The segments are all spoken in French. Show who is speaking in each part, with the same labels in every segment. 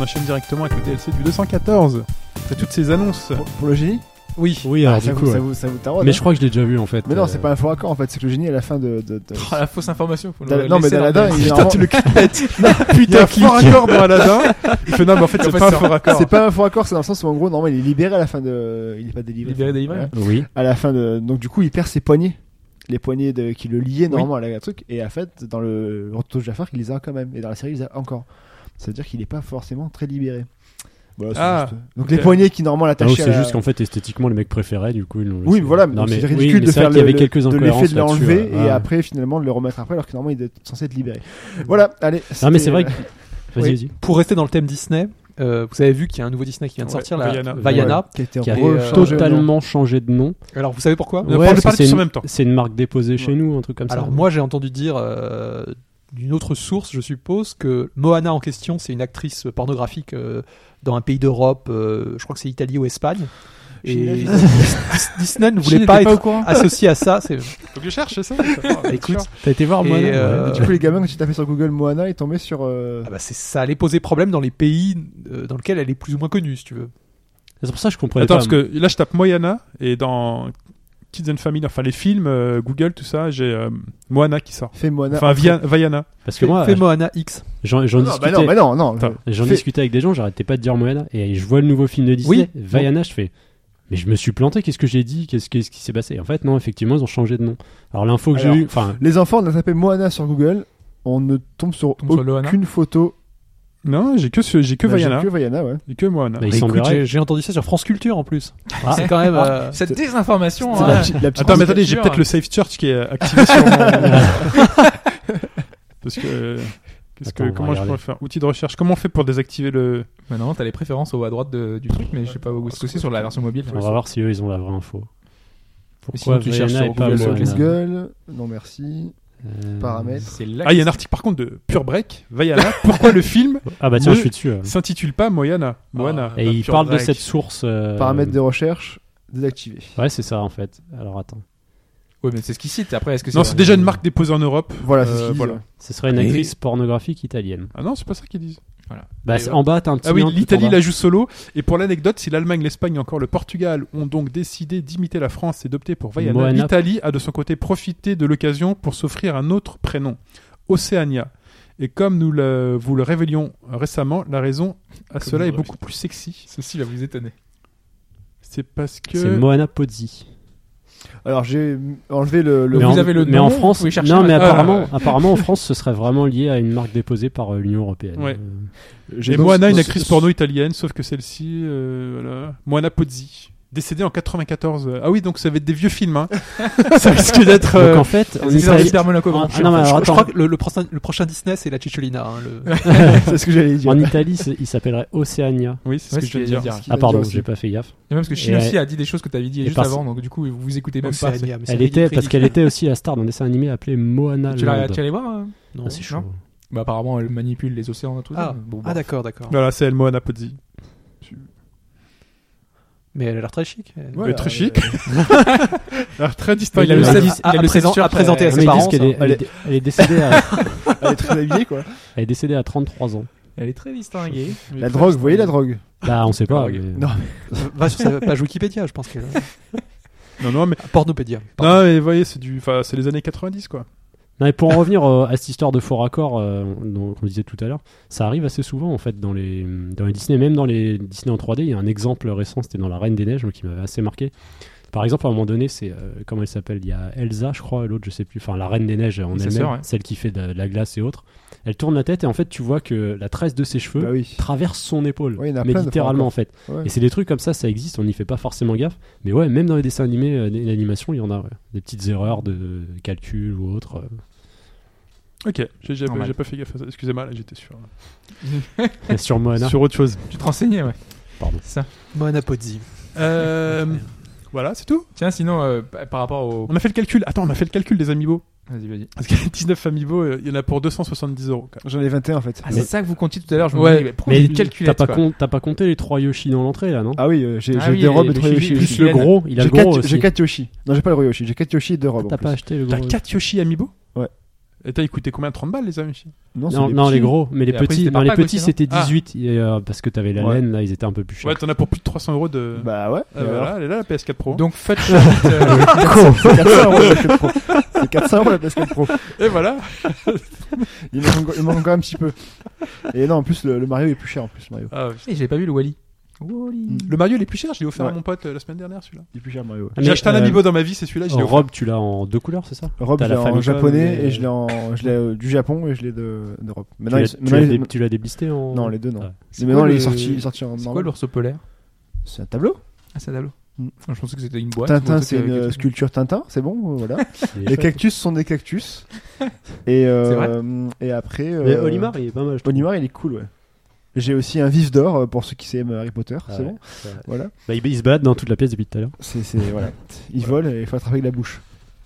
Speaker 1: enchaîne directement avec le DLC du 214. Après toutes ces annonces.
Speaker 2: Pour, pour le génie
Speaker 1: Oui.
Speaker 3: Oui, alors
Speaker 2: Ah, ça,
Speaker 3: du
Speaker 2: vous,
Speaker 3: coup.
Speaker 2: ça
Speaker 3: ouais.
Speaker 2: vous, ça vous taraude,
Speaker 3: Mais
Speaker 2: hein.
Speaker 3: je crois que je l'ai déjà vu en fait.
Speaker 2: Mais non,
Speaker 3: euh,
Speaker 2: c'est pas un faux raccord en fait, c'est que le génie à la fin de. de- de-
Speaker 1: Oh, la fausse information. Faut
Speaker 2: Dans-
Speaker 1: le
Speaker 2: non, mais
Speaker 1: laisser
Speaker 2: dans Aladdin,
Speaker 1: dans-
Speaker 2: il est
Speaker 1: Putain,
Speaker 2: vraiment-
Speaker 1: tu le clipettes.
Speaker 2: Putain,
Speaker 1: Il y a un
Speaker 2: clique.
Speaker 1: fort raccord dans Aladdin. Il fait non, mais en fait, En c'est fait, pas un c'est un- faux raccord.
Speaker 2: C'est pas un faux raccord, c'est dans le sens où en gros, normalement, il est libéré à la fin de. Il est pas délivré.
Speaker 1: Libéré, délivré, ouais.
Speaker 3: Oui.
Speaker 2: à la fin de donc du coup il perd ses poignets les poignets de, qui le liaient normalement à la truc et en fait dans le Retour de Jafar il les a quand même et dans la série il les a encore ça veut dire qu'il n'est pas forcément très libéré voilà, c'est
Speaker 1: Ah,
Speaker 2: juste- donc
Speaker 1: ok.
Speaker 2: les poignets qui normalement
Speaker 3: Ah, ou
Speaker 2: l'attachaient
Speaker 3: c'est
Speaker 2: à la-
Speaker 3: juste qu'en fait esthétiquement les mecs préféraient du coup ils l'ont
Speaker 2: oui
Speaker 3: laissé.
Speaker 2: voilà
Speaker 3: non,
Speaker 2: donc
Speaker 3: mais
Speaker 2: c'est
Speaker 3: oui,
Speaker 2: ridicule
Speaker 3: mais
Speaker 2: de
Speaker 3: c'est vrai
Speaker 2: faire
Speaker 3: qu'il y
Speaker 2: le-
Speaker 3: avait
Speaker 2: le- de
Speaker 3: quelques
Speaker 2: l'effet
Speaker 3: incohérences
Speaker 2: de
Speaker 3: là-dessus,
Speaker 2: l'enlever
Speaker 3: ouais.
Speaker 2: et
Speaker 3: Ouais.
Speaker 2: après finalement de le remettre après alors que normalement il est censé être libéré voilà allez
Speaker 3: Non
Speaker 2: c'était-
Speaker 3: mais c'est vrai que
Speaker 2: Oui.
Speaker 3: vas-y vas-y.
Speaker 1: Pour rester dans le thème Disney, euh, vous avez vu qu'il y a un nouveau Disney qui vient de
Speaker 4: Ouais,
Speaker 1: sortir,
Speaker 4: Vaiana.
Speaker 1: la
Speaker 4: Ouais.
Speaker 1: Vaiana.
Speaker 2: qui a été
Speaker 3: qui a
Speaker 1: euh,
Speaker 2: rechangé de nom.
Speaker 3: totalement changé de nom.
Speaker 1: Alors, vous savez pourquoi
Speaker 3: Ouais,
Speaker 4: On parle
Speaker 3: parce que
Speaker 4: pas de
Speaker 3: c'est
Speaker 4: tous en
Speaker 3: une-
Speaker 4: même temps.
Speaker 3: C'est une marque déposée chez nous, un truc comme ça.
Speaker 1: Alors moi j'ai entendu dire euh, d'une autre source, je suppose, que Moana en question, c'est une actrice pornographique euh, dans un pays d'Europe, euh, je crois que c'est Italie ou Espagne.
Speaker 2: Gina,
Speaker 1: Et
Speaker 2: je-
Speaker 1: Disney ne
Speaker 4: Chine
Speaker 1: voulait
Speaker 4: était
Speaker 1: pas être
Speaker 4: au courant.
Speaker 1: associé à ça. C'est...
Speaker 4: Faut que je cherche, c'est ça
Speaker 1: Écoute,
Speaker 3: t'as été voir
Speaker 1: et,
Speaker 3: moi
Speaker 1: euh,
Speaker 2: du coup les gamins quand ils tapaient sur Google Moana ils tombaient sur euh,
Speaker 1: ah bah, c'est, ça allait poser problème dans les pays euh, dans lesquels elle est plus ou moins connue, si tu veux.
Speaker 3: C'est pour ça que je comprenais
Speaker 4: Attends, parce
Speaker 3: pas.
Speaker 4: que là, je tape Moyana et dans Kids and Family, enfin les films, euh, Google, tout ça, j'ai euh, Moana qui
Speaker 3: bah.
Speaker 4: sort.
Speaker 2: fait Moana
Speaker 4: Enfin, Via- Vaiana.
Speaker 3: Parce que
Speaker 1: Fais,
Speaker 3: moi,
Speaker 1: fais Moana X.
Speaker 3: j'en j'en
Speaker 2: non, bah non,
Speaker 3: discutais.
Speaker 2: bah non, non.
Speaker 4: Attends.
Speaker 3: J'en
Speaker 2: Fais-
Speaker 3: discutais avec des gens, j'arrêtais pas de dire Moana, et je vois le nouveau film de Disney, Vaiana, je fais. Mais je me suis planté, qu'est-ce que j'ai dit Qu'est-ce qu'est-ce qui s'est passé Et En fait, non, effectivement, ils ont changé de nom. Alors l'info que j'ai
Speaker 2: Alors,
Speaker 3: eue, enfin,
Speaker 2: Les enfants, on a tapé Moana sur Google, on ne tombe sur
Speaker 1: Tombe sur Loana.
Speaker 2: aucune photo.
Speaker 4: Non, j'ai que, ce- j'ai que
Speaker 2: Bah, j'ai
Speaker 4: Vaiana.
Speaker 2: Que Vaiana, ouais.
Speaker 4: J'ai que Moana.
Speaker 3: bah, il
Speaker 1: Bah, écoute,
Speaker 3: semblerait.
Speaker 1: j'ai, j'ai entendu ça sur France Culture en plus.
Speaker 3: Ah.
Speaker 1: C'est quand même. euh,
Speaker 5: Cette désinformation.
Speaker 2: C'est
Speaker 5: hein.
Speaker 2: la petite- la petite-
Speaker 4: Attends, mais attendez, j'ai
Speaker 5: Sûr.
Speaker 4: peut-être le Safe Church qui est euh, activé sur mon. Parce que. euh, qu'est-ce que-
Speaker 3: Attends, on va
Speaker 4: comment je
Speaker 3: regarder.
Speaker 4: pourrais faire Outil de recherche. Comment on fait pour désactiver le.
Speaker 5: Bah non, t'as les préférences au à droite de- du truc, mais je sais pas où est-ce que c'est sur la version mobile.
Speaker 3: on va voir si eux, ils ont la vraie info. Pourquoi
Speaker 5: sinon, tu cherches
Speaker 3: Vaiana
Speaker 5: sur
Speaker 3: et pas
Speaker 5: Google,
Speaker 3: Moana
Speaker 5: sur
Speaker 2: Google, non merci.
Speaker 3: Euh,
Speaker 2: Paramètres.
Speaker 5: C'est là.
Speaker 4: Ah, il y a un article par contre de Pure Break, Vaiana. Pourquoi le film
Speaker 3: Ah bah tiens,
Speaker 4: Le-
Speaker 3: je suis dessus. euh.
Speaker 4: s'intitule pas Moyana Moana.
Speaker 5: Ah.
Speaker 3: Et
Speaker 5: bah,
Speaker 3: ils
Speaker 5: Pure
Speaker 3: parlent de
Speaker 5: Drake.
Speaker 3: cette source. euh,
Speaker 2: Paramètres de recherche désactivés.
Speaker 3: Ouais, c'est ça en fait. Alors attends.
Speaker 5: Ouais, mais c'est ce qu'ils citent. Après, est-ce que c'est.
Speaker 4: Non, c'est déjà une marque déposée en Europe.
Speaker 2: Voilà, c'est ce
Speaker 4: Euh,
Speaker 2: qu'ils disent.
Speaker 4: voilà.
Speaker 3: Ce serait une
Speaker 5: Et-
Speaker 3: actrice pornographique italienne.
Speaker 4: Ah non, c'est pas ça qu'ils disent.
Speaker 3: Bah,
Speaker 5: Et
Speaker 3: c'est-
Speaker 5: ouais.
Speaker 3: en bas, t'as un petit.
Speaker 4: Ah oui,
Speaker 3: lien tout en
Speaker 4: l'Italie
Speaker 3: bas.
Speaker 4: la joue solo. Et pour l'anecdote, si l'Allemagne, l'Espagne et encore le Portugal ont donc décidé d'imiter la France et d'opter pour Vaiana,
Speaker 3: Moana.
Speaker 4: l'Italie a de son côté profité de l'occasion pour s'offrir un autre prénom, Océania. Et comme nous le, vous le révélions récemment, la raison à cela
Speaker 5: nous
Speaker 4: est
Speaker 5: le
Speaker 4: beaucoup plus sexy.
Speaker 5: Ceci va vous étonner.
Speaker 4: C'est parce que.
Speaker 3: C'est Moana Pozzi.
Speaker 2: Alors j'ai enlevé le. le-
Speaker 3: mais
Speaker 5: vous
Speaker 3: en,
Speaker 5: avez le
Speaker 3: mais
Speaker 5: nom,
Speaker 3: en
Speaker 5: vous
Speaker 3: France,
Speaker 5: pouvez chercher
Speaker 3: non, mais
Speaker 5: maintenant.
Speaker 3: apparemment, apparemment en France, ce serait vraiment lié à une marque déposée par euh, l'Union européenne.
Speaker 4: Ouais.
Speaker 3: Euh,
Speaker 2: j'ai
Speaker 4: Et
Speaker 2: donc-
Speaker 4: Moana, une
Speaker 2: donc,
Speaker 4: actrice porno italienne, sauf que celle-ci, euh, voilà. Moana Pozzi, décédée en 94. Ah oui, donc ça va être des vieux films. Hein. ça risque d'être. euh,
Speaker 3: Donc en fait, en
Speaker 5: C'est dans
Speaker 3: Italie,
Speaker 5: Super Monaco.
Speaker 3: Ah,
Speaker 5: Grand
Speaker 3: non, mais alors,
Speaker 1: je, je
Speaker 3: attends.
Speaker 1: crois que le, le prochain, le prochain Disney c'est la Cicciolina. hein, le-
Speaker 2: C'est ce que j'allais dire.
Speaker 3: en Italie, c'est- il s'appellerait Océania.
Speaker 4: Oui, c'est
Speaker 5: Ouais,
Speaker 4: ce que je viens de
Speaker 5: j'allais
Speaker 4: dire.
Speaker 5: dire.
Speaker 2: Qui va
Speaker 3: Ah pardon,
Speaker 2: dire aussi.
Speaker 3: j'ai pas fait gaffe.
Speaker 5: Et même parce que Chine
Speaker 3: Et
Speaker 5: aussi
Speaker 3: elle-
Speaker 5: a dit des choses que t'avais dit
Speaker 3: et
Speaker 5: juste
Speaker 3: par-
Speaker 5: avant, donc du coup, vous vous écoutez même pas.
Speaker 1: Océania, ah, mais ça
Speaker 3: Elle
Speaker 1: veut dire
Speaker 3: était parce
Speaker 1: ridicule.
Speaker 3: qu'elle était aussi la star d'un dessin animé appelé Moana
Speaker 5: Tu l'as-
Speaker 3: Land.
Speaker 5: tu es allé voir hein
Speaker 3: Ah, c'est chaud.
Speaker 5: Non Bah apparemment, elle manipule les océans et tout ça.
Speaker 1: Ah,
Speaker 5: Bon,
Speaker 1: Ah
Speaker 5: bah.
Speaker 1: d'accord, d'accord.
Speaker 4: Voilà, c'est elle, Moana Pozzi.
Speaker 1: Mais elle a l'air très chic. elle.
Speaker 2: Voilà,
Speaker 4: très chic.
Speaker 2: euh,
Speaker 4: Alors, Ah,
Speaker 5: Il
Speaker 4: très
Speaker 5: a
Speaker 4: distinguée.
Speaker 5: le
Speaker 3: Ils
Speaker 5: sept-
Speaker 3: disent-
Speaker 5: il a
Speaker 1: à
Speaker 5: le
Speaker 1: présent-
Speaker 5: sept-shirt,
Speaker 1: à présenter à
Speaker 5: euh,
Speaker 1: ses
Speaker 3: Mais ils
Speaker 1: parents,
Speaker 3: disent qu'elle
Speaker 1: ça.
Speaker 3: est, elle est- elle est décédée à,
Speaker 2: Elle est très habillée quoi.
Speaker 3: elle est décédée à 33 ans.
Speaker 5: Elle est très distinguée.
Speaker 2: La drogue, vous voyez la drogue.
Speaker 3: Bah, on sait pas.
Speaker 5: Drogue.
Speaker 3: mais-
Speaker 2: Non.
Speaker 1: Va sur sa page Wikipédia, je pense qu'elle. euh,
Speaker 4: Non, non, mais,
Speaker 1: Pornopédia.
Speaker 4: non, mais vous voyez, c'est du, enfin, c'est les années 90, quoi.
Speaker 3: Non, et pour en revenir euh, à cette histoire de faux raccords euh, dont on disait tout à l'heure, ça arrive assez souvent en fait dans les, dans les Disney, même dans les Disney en 3D. Il y a un exemple récent, c'était dans La Reine des Neiges, moi, qui m'avait assez marqué. Par exemple, à un moment donné, c'est euh, comment elle s'appelle Il y a Elsa, je crois, et l'autre, je sais plus. Enfin, la Reine des Neiges en
Speaker 5: Sa
Speaker 3: elle-même,
Speaker 5: sœur, ouais.
Speaker 3: celle qui fait de, de la glace et autres. Elle tourne la tête et en fait, tu vois que la tresse de ses cheveux
Speaker 2: Bah oui.
Speaker 3: traverse son épaule,
Speaker 2: Ouais, il y en a
Speaker 3: mais
Speaker 2: plein de
Speaker 3: littéralement en fait.
Speaker 2: Ouais.
Speaker 3: Et c'est des trucs comme ça, ça existe, on n'y fait pas forcément gaffe. Mais ouais, même dans les dessins animés, euh, et l'animation, il y en a ouais. des petites erreurs de calcul ou autre. euh.
Speaker 4: Ok, j'ai, j'ai,
Speaker 5: Normal.
Speaker 4: j'ai pas fait gaffe à ça. Excusez-moi, là, j'étais sur,
Speaker 3: Sur Moana.
Speaker 4: sur autre chose.
Speaker 5: Tu te renseignais, ouais.
Speaker 3: Pardon.
Speaker 5: C'est Ça.
Speaker 1: Moana Pozzi.
Speaker 4: Euh, voilà, c'est tout.
Speaker 5: Tiens, sinon, euh, pa- par rapport au.
Speaker 4: On a fait le calcul. Attends, on a fait le calcul des amiibo.
Speaker 5: Vas-y, vas-y.
Speaker 4: Parce que 19 amiibo, euh, il y en a pour 270 euros. quoi.
Speaker 2: J'en ai 21 en fait.
Speaker 5: Ah, c'est ça que vous comptiez tout à l'heure. Je me
Speaker 4: Ouais,
Speaker 5: dis, mais pourquoi
Speaker 3: Mais
Speaker 5: vous
Speaker 3: t'as
Speaker 5: calculez
Speaker 3: pas, con- t'as pas compté les trois Yoshi dans l'entrée là, non
Speaker 2: Ah oui, euh, j'ai
Speaker 5: Ah
Speaker 2: j'ai
Speaker 5: oui,
Speaker 2: des robes
Speaker 5: les-
Speaker 2: et
Speaker 5: les
Speaker 2: trois
Speaker 5: filles,
Speaker 2: Yoshi.
Speaker 5: les
Speaker 3: Plus
Speaker 2: aussi.
Speaker 5: filles.
Speaker 3: le
Speaker 5: Guylaine.
Speaker 3: gros, il a
Speaker 2: J'ai
Speaker 3: le gros
Speaker 2: quatre- J'ai
Speaker 3: aussi. Ah,
Speaker 2: 4 Yoshi. Non, j'ai pas le gros Yoshi. J'ai 4 Yoshi et 2 robes.
Speaker 3: T'as
Speaker 2: en
Speaker 3: pas
Speaker 2: plus.
Speaker 3: acheté le
Speaker 4: T'as
Speaker 3: gros.
Speaker 4: 4 Yoshi amiibo
Speaker 2: Ouais.
Speaker 6: Et t'as écouté combien 30 balles, les amis
Speaker 2: Non, c'est
Speaker 3: Non,
Speaker 2: des
Speaker 3: non,
Speaker 2: petits.
Speaker 3: les gros, mais les
Speaker 4: Et après,
Speaker 3: petits,
Speaker 4: c'était
Speaker 3: non,
Speaker 4: par
Speaker 3: les
Speaker 4: pack
Speaker 3: petits
Speaker 4: aussi, non
Speaker 3: c'était
Speaker 6: Ah.
Speaker 3: 18 et, euh, parce que t'avais la
Speaker 2: Ouais.
Speaker 3: laine là, ils étaient un peu plus chers.
Speaker 6: Ouais, t'en as pour plus de 300 euros de.
Speaker 2: Bah ouais.
Speaker 6: Euh, voilà, elle est là, la PS4 Pro.
Speaker 4: Donc, faites Chapitre, euh,
Speaker 2: C'est 400 euros la PS4 Pro. C'est 400 euros la PS4 Pro.
Speaker 6: et voilà.
Speaker 2: Il manque, il manque quand même un petit peu. Et non, en plus, le, le Mario est plus cher en plus. Mario.
Speaker 6: Ah,
Speaker 4: et j'ai pas vu le Wally.
Speaker 6: Le Mario, il est plus cher. Je l'ai offert à
Speaker 2: Ouais.
Speaker 6: mon pote euh, la semaine dernière, celui-là.
Speaker 2: Il est plus cher Mario. ouais.
Speaker 3: Ah,
Speaker 6: J'ai
Speaker 3: mais,
Speaker 6: acheté un
Speaker 3: euh,
Speaker 6: amiibo dans ma vie, c'est celui-là. Je l'ai
Speaker 3: En
Speaker 6: offert.
Speaker 3: robe, tu l'as en deux couleurs, c'est ça
Speaker 2: Rob,
Speaker 3: T'as
Speaker 2: je l'ai
Speaker 3: la
Speaker 2: en
Speaker 3: famille
Speaker 2: japonais
Speaker 3: Rob et-
Speaker 2: et je l'ai en, je l'ai euh, du Japon et je l'ai de d'Europe.
Speaker 3: Tu
Speaker 2: Maintenant,
Speaker 3: l'as-
Speaker 2: il-
Speaker 3: Tu
Speaker 2: maintenant,
Speaker 3: l'as
Speaker 2: il-
Speaker 3: dé- tu l'as déblisté en.
Speaker 2: non, les deux non.
Speaker 3: Ah.
Speaker 2: Mais maintenant,
Speaker 4: quoi
Speaker 2: il est
Speaker 4: le-
Speaker 2: sorti, il est sorti en
Speaker 4: C'est quoi
Speaker 2: normal.
Speaker 4: l'ours polaire
Speaker 2: C'est un tableau.
Speaker 4: Ah, c'est un tableau.
Speaker 2: Mm.
Speaker 4: Je pensais que c'était une boîte. ou un
Speaker 2: Tintin,
Speaker 4: truc
Speaker 2: c'est
Speaker 4: avec-
Speaker 2: une euh, sculpture Tintin, c'est bon, euh, voilà.
Speaker 3: Il est
Speaker 2: Les
Speaker 3: chouette.
Speaker 2: cactus sont des cactus. Et euh,
Speaker 4: C'est vrai
Speaker 2: et après.
Speaker 3: Mais
Speaker 2: euh,
Speaker 3: Olimar, il est pas mal. je trouve.
Speaker 2: Olimar, il est cool, ouais. J'ai aussi un vif d'or euh, pour ceux qui aiment Harry Potter,
Speaker 3: Ah
Speaker 2: c'est
Speaker 3: ouais.
Speaker 2: bon. Voilà.
Speaker 3: Bah, ils ils se baladent dans toute la pièce depuis tout à l'heure.
Speaker 2: C'est c'est voilà. Il vole et il faut attraper avec la bouche.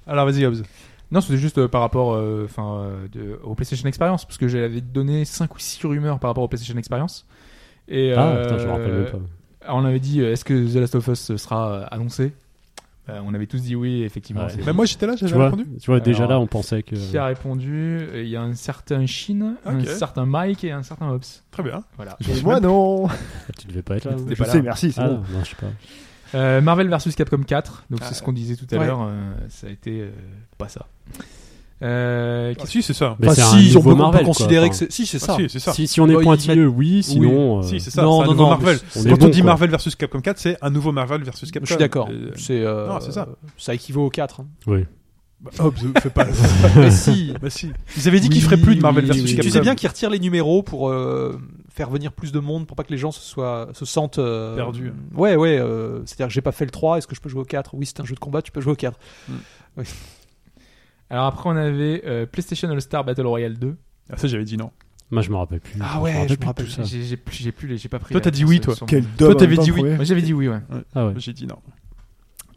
Speaker 6: Alors, vas-y, Hobbs.
Speaker 4: Non, c'était juste euh, par rapport euh, enfin, euh, de- au PlayStation Experience, parce que j'avais donné 5 ou 6 rumeurs par rapport au PlayStation Experience. Et,
Speaker 3: Ah,
Speaker 4: euh,
Speaker 3: putain, je me rappelle même pas.
Speaker 4: alors, On avait dit, euh, est-ce que The Last of Us sera euh, annoncé Euh, On avait tous dit oui, effectivement.
Speaker 3: Ouais.
Speaker 4: c'est-
Speaker 6: Bah, moi, j'étais là,
Speaker 3: Tu
Speaker 6: j'avais
Speaker 3: vois,
Speaker 6: répondu.
Speaker 3: tu vois, déjà
Speaker 4: Alors,
Speaker 3: là, on pensait que.
Speaker 4: Qui a répondu Il y a un certain Shin, un
Speaker 6: Ok.
Speaker 4: certain Mike et un certain Hobbs.
Speaker 6: Très bien.
Speaker 4: Voilà.
Speaker 2: Et moi non.
Speaker 3: Tu devais pas être là.
Speaker 4: T'étais
Speaker 2: Je
Speaker 4: pas là.
Speaker 2: sais, merci, c'est
Speaker 3: Ah,
Speaker 2: bon.
Speaker 3: non, non, je sais pas.
Speaker 4: Euh, Marvel vs Capcom 4, donc
Speaker 6: Ah,
Speaker 4: c'est ce qu'on disait tout à
Speaker 6: ouais.
Speaker 4: l'heure, euh, ça a été euh, pas ça. Euh,
Speaker 6: Ah,
Speaker 4: qu'est-ce-
Speaker 6: si, c'est ça.
Speaker 3: Mais
Speaker 1: Enfin,
Speaker 3: c'est un
Speaker 1: si, on
Speaker 3: nouveau
Speaker 1: peut, on peut
Speaker 3: Marvel, quoi,
Speaker 1: considérer
Speaker 3: enfin.
Speaker 1: que c'est. Si, c'est
Speaker 6: Ah,
Speaker 1: ça.
Speaker 6: si, c'est ça.
Speaker 3: Si, si on est
Speaker 1: Bah, ils
Speaker 3: pointilleux, oui, sinon. euh,
Speaker 6: Si, c'est ça.
Speaker 1: non,
Speaker 6: c'est un
Speaker 1: non,
Speaker 6: nouveau
Speaker 1: non,
Speaker 6: Marvel.
Speaker 1: mais
Speaker 3: on est
Speaker 6: Quand on
Speaker 3: bon,
Speaker 6: dit
Speaker 3: quoi.
Speaker 6: Marvel versus Capcom 4, c'est un nouveau Marvel versus Capcom.
Speaker 1: Je suis d'accord.
Speaker 6: Euh,
Speaker 1: C'est. euh,
Speaker 6: non, c'est ça.
Speaker 1: Ça équivaut au 4. hein.
Speaker 6: bah, Hobbs, fais pas.
Speaker 1: Mais si.
Speaker 6: bah, si. Ils avaient dit qu'ils
Speaker 1: Oui,
Speaker 6: feraient plus de Marvel
Speaker 1: oui,
Speaker 6: versus
Speaker 1: oui,
Speaker 6: Capcom.
Speaker 1: Tu sais bien qu'ils retirent les numéros pour euh, faire venir plus de monde, pour pas que les gens se, soient, se sentent. euh,
Speaker 6: Perdus.
Speaker 1: Ouais, ouais. euh, C'est-à-dire que j'ai pas fait le 3, est-ce que je peux jouer au 4 Oui, c'est un jeu de combat, tu peux jouer au 4.
Speaker 4: Alors après on avait euh, PlayStation All Star Battle Royale 2.
Speaker 6: Ah, ça, j'avais dit non.
Speaker 3: Moi, je me rappelle plus.
Speaker 1: Ah ouais, je me rappelle
Speaker 3: plus de tout ça.
Speaker 1: plus.
Speaker 4: J'ai j'ai plus, j'ai plus, les- j'ai pas pris.
Speaker 6: Toi,
Speaker 4: la
Speaker 6: t'as dit
Speaker 4: réponse
Speaker 6: oui, toi.
Speaker 4: sur mon-
Speaker 2: Quel dub
Speaker 6: Toi,
Speaker 2: en
Speaker 6: t'avais
Speaker 2: même temps,
Speaker 6: dit oui.
Speaker 2: le premier.
Speaker 4: Moi j'avais dit oui, ouais.
Speaker 3: Ah ouais.
Speaker 6: J'ai dit non.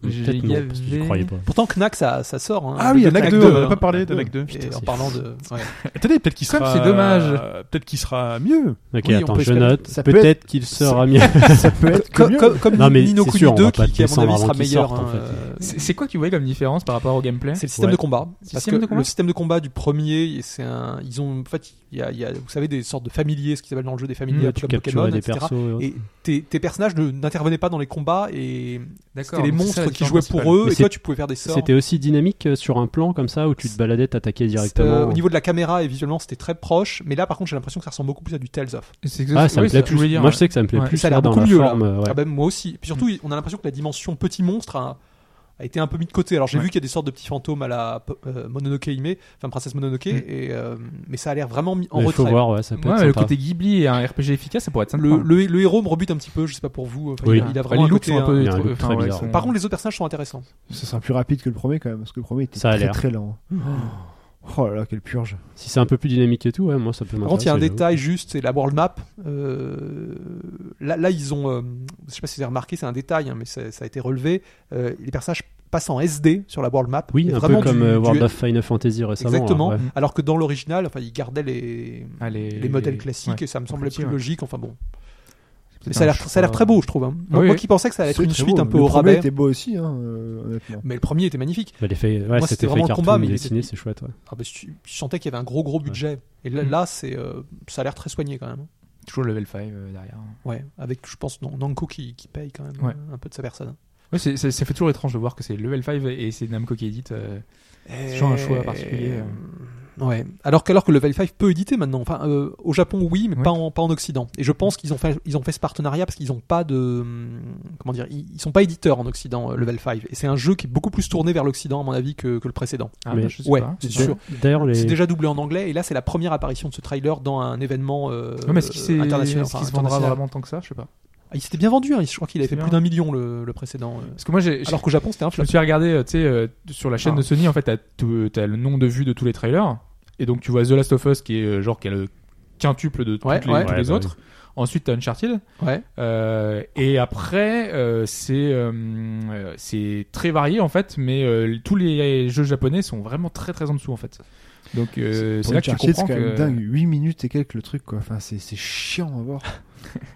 Speaker 4: J'ai-
Speaker 3: Peut-être
Speaker 4: il y
Speaker 3: non, parce que j'y
Speaker 4: avait-
Speaker 3: croyais pas.
Speaker 1: Pourtant, Knack, ça, ça sort. hein.
Speaker 6: Ah oui,
Speaker 1: Le
Speaker 6: Knack 2, on en a pas parlé de
Speaker 1: Ouais.
Speaker 6: Knack 2.
Speaker 1: Et
Speaker 3: Putain,
Speaker 1: en
Speaker 3: c'est
Speaker 1: parlant de. ouais.
Speaker 6: Attendez, peut-être qu'il
Speaker 4: Comme
Speaker 6: sera.
Speaker 4: c'est dommage.
Speaker 6: Peut-être qu'il sera mieux.
Speaker 3: Ok,
Speaker 1: Oui, on
Speaker 3: attends,
Speaker 1: peut
Speaker 3: je
Speaker 1: espérer.
Speaker 3: note.
Speaker 2: Ça peut
Speaker 3: Peut-être qu'il sera mieux.
Speaker 2: Ça peut être que
Speaker 1: Comme,
Speaker 2: mieux.
Speaker 1: comme, comme
Speaker 3: Non, mais
Speaker 1: Nino
Speaker 3: c'est
Speaker 1: Kuni
Speaker 3: sûr, on
Speaker 1: 2,
Speaker 3: va pas
Speaker 1: qui, qui, à mon
Speaker 3: descendre
Speaker 1: avis
Speaker 3: avant
Speaker 1: sera
Speaker 3: qu'il
Speaker 1: meilleur.
Speaker 3: sorte, en
Speaker 1: hein,
Speaker 3: fait.
Speaker 1: euh,
Speaker 4: C'est c'est quoi que tu voyais comme différence par rapport au gameplay
Speaker 1: C'est le système
Speaker 3: Ouais.
Speaker 1: de combat. Parce
Speaker 4: système
Speaker 1: que
Speaker 4: de combat
Speaker 1: le système de combat du premier, c'est un, ils ont, en fait, il y a, il y a, vous savez, des sortes de familiers, ce qu'ils appellent dans le jeu des familiers,
Speaker 4: Mmh,
Speaker 1: un
Speaker 3: Tu
Speaker 1: peu comme Pokémon,
Speaker 3: capturais des
Speaker 1: etc.
Speaker 3: persos. et autres.
Speaker 1: Et tes, tes personnages ne- n'intervenaient pas dans les combats et c'était
Speaker 4: D'accord.
Speaker 1: les
Speaker 4: donc c'est ça la
Speaker 1: monstres qui
Speaker 4: différence
Speaker 1: jouaient
Speaker 4: principale.
Speaker 1: pour eux
Speaker 3: Mais
Speaker 1: et
Speaker 3: c'est-
Speaker 1: toi tu pouvais faire des sorts.
Speaker 3: C'était aussi dynamique euh, sur un plan comme ça où tu te baladais, t'attaquais
Speaker 1: Euh,
Speaker 3: directement.
Speaker 1: au niveau de la caméra et visuellement c'était très proche, mais là par contre j'ai l'impression que ça ressemble beaucoup plus à du Tales of.
Speaker 4: C'est
Speaker 3: Ah, ça
Speaker 4: oui,
Speaker 3: me plaît
Speaker 4: ce que je voulais
Speaker 3: plus.
Speaker 4: dire,
Speaker 3: Moi,
Speaker 4: ouais.
Speaker 3: je sais que ça me plaît
Speaker 4: Ouais.
Speaker 3: plus.
Speaker 1: ça a l'air
Speaker 3: là, dans
Speaker 1: beaucoup
Speaker 3: la
Speaker 1: mieux, là.
Speaker 3: forme. euh, ouais. Mmh.
Speaker 1: Ah ben, moi aussi. Puis surtout on a l'impression que la dimension petit monstre a, a été un peu mise de côté. Alors j'ai
Speaker 6: Ouais.
Speaker 1: vu qu'il y a des sortes de petits fantômes à la euh, Mononoke Hime, enfin Princesse Mononoke,
Speaker 3: Mmh.
Speaker 1: et, euh, mais ça a l'air vraiment mis en
Speaker 3: Mais faut
Speaker 1: retrait.
Speaker 3: voir, ouais, ça peut
Speaker 4: Ouais,
Speaker 3: être
Speaker 4: mais le
Speaker 3: sympa.
Speaker 4: côté Ghibli et un RPG efficace, ça pourrait être sympa.
Speaker 1: Le, le, le héros me rebute un petit peu, je sais pas pour vous. Enfin,
Speaker 3: Oui.
Speaker 1: il, a, il a vraiment
Speaker 4: Ah, les
Speaker 1: un
Speaker 4: looks
Speaker 1: côté,
Speaker 4: sont un
Speaker 1: hein.
Speaker 4: peu
Speaker 3: Il y a un
Speaker 4: trop-
Speaker 3: look très
Speaker 4: enfin, ouais,
Speaker 3: bizarre.
Speaker 4: sont-
Speaker 1: Par contre, les autres personnages sont intéressants.
Speaker 2: Ce sera plus rapide que le premier quand même, parce que le premier était
Speaker 3: Ça a
Speaker 2: très
Speaker 3: l'air.
Speaker 2: très lent. Oh là là, quelle purge.
Speaker 3: Si c'est un peu plus dynamique et tout, ouais, moi ça peut
Speaker 1: Par contre, il y a un
Speaker 3: m'intéresser,
Speaker 1: détail juste, c'est la world map. Euh, là, là, ils ont, euh, je sais pas si vous avez remarqué, c'est un détail, hein, mais c'est- ça a été relevé. Euh, les personnages passent en SD sur la world map.
Speaker 3: j'avoue. Oui, un
Speaker 1: Et
Speaker 3: peu
Speaker 1: vraiment
Speaker 3: comme
Speaker 1: du-
Speaker 3: euh, World
Speaker 1: du-
Speaker 3: of Final Fantasy récemment. hein,
Speaker 1: Exactement. Mm.
Speaker 3: ouais.
Speaker 1: Alors que dans l'original, enfin, ils gardaient les,
Speaker 4: Ah, les-
Speaker 1: les modèles classiques
Speaker 4: ouais.
Speaker 1: et ça me semblait
Speaker 4: Petit,
Speaker 1: plus
Speaker 4: ouais.
Speaker 1: logique. Enfin bon, mais
Speaker 4: Peut-être
Speaker 1: ça a
Speaker 4: un
Speaker 1: l'air, ça a l'air
Speaker 4: choix-
Speaker 1: très beau, je trouve. hein. Moi,
Speaker 4: Oui, oui.
Speaker 1: moi qui pensais que ça allait être
Speaker 2: C'est
Speaker 1: une
Speaker 2: très
Speaker 1: suite
Speaker 2: beau.
Speaker 1: un peu
Speaker 2: le
Speaker 1: au
Speaker 2: premier
Speaker 1: rabais,
Speaker 2: était beau aussi, hein, euh, honnêtement.
Speaker 1: mais le premier était magnifique.
Speaker 3: Bah, l'effet- ouais,
Speaker 1: Moi,
Speaker 3: cet
Speaker 1: c'était
Speaker 3: effet
Speaker 1: vraiment le
Speaker 3: cartoon
Speaker 1: combat, mais il
Speaker 3: dessiné,
Speaker 1: était-
Speaker 3: c'est chouette. ouais.
Speaker 1: Ah bah, tu, tu sentais qu'il y avait un gros gros budget. Et là,
Speaker 4: Mm.
Speaker 1: là, c'est, euh, ça a l'air très soigné quand même.
Speaker 4: Toujours level 5 euh, derrière.
Speaker 1: Ouais, avec je pense Nan- Namco qui, qui paye quand même
Speaker 4: Ouais.
Speaker 1: euh, un peu de sa personne.
Speaker 4: Ouais, c'est, c'est- ça fait toujours étrange de voir que c'est level 5 et c'est Namco qui édite. euh, C'est toujours un choix particulier, euh.
Speaker 1: Euh, Ouais. Alors qu'alors que Level 5 peut éditer maintenant. Enfin, euh, au Japon, oui, mais
Speaker 4: Oui.
Speaker 1: Pas, en, pas en Occident. Et je pense qu'ils ont fait, ils ont fait ce partenariat parce qu'ils n'ont pas de, hum, comment dire, ils, ils sont pas éditeurs en Occident. euh, Level 5. Et c'est un jeu qui est beaucoup plus tourné vers l'Occident, à mon avis, que, que le précédent.
Speaker 4: Ah,
Speaker 3: Mais-
Speaker 4: je sais
Speaker 1: Ouais, Euh,
Speaker 4: pas.
Speaker 1: c'est
Speaker 3: D'a-
Speaker 1: sûr.
Speaker 3: D'ailleurs, les-
Speaker 1: C'est déjà doublé en anglais. Et là, c'est la première apparition de ce trailer dans un événement euh,
Speaker 4: Ouais, mais est-ce qu'il, s'est-
Speaker 1: euh, international.
Speaker 4: est-ce qu'il
Speaker 1: enfin,
Speaker 4: se vendra
Speaker 1: international.
Speaker 4: vraiment tant que ça Je sais pas.
Speaker 1: Ah, il s'était bien vendu. hein. Je crois qu'il avait
Speaker 4: C'est
Speaker 1: fait plus
Speaker 4: bien.
Speaker 1: d'un million le, le précédent. euh.
Speaker 4: Parce que moi, j'ai,
Speaker 1: Alors qu'au Japon, c'était un
Speaker 4: je me
Speaker 1: flop.
Speaker 4: suis regardé, euh, tu sais, euh, sur la chaîne
Speaker 1: Ah.
Speaker 4: de Sony, en fait, t'as, tout- t'as le nombre de vues de tous les trailers. Et donc, tu vois The Last of Us qui est euh, genre qui a le quintuple de toutes
Speaker 1: Ouais,
Speaker 4: les,
Speaker 1: ouais.
Speaker 4: tous
Speaker 3: Ouais,
Speaker 4: les
Speaker 3: bah
Speaker 4: autres. Ensuite, t'as Uncharted.
Speaker 1: Ouais.
Speaker 4: Euh, et après, euh, c'est euh, euh, c'est très varié en fait, mais euh, tous les jeux japonais sont vraiment très très en dessous en fait. Donc euh, c'est
Speaker 2: Pour
Speaker 4: là que tu
Speaker 2: Uncharted,
Speaker 4: comprends
Speaker 2: c'est quand même
Speaker 4: que
Speaker 2: dingue. 8 minutes et quelques le truc, quoi. Enfin, c'est c'est chiant à voir.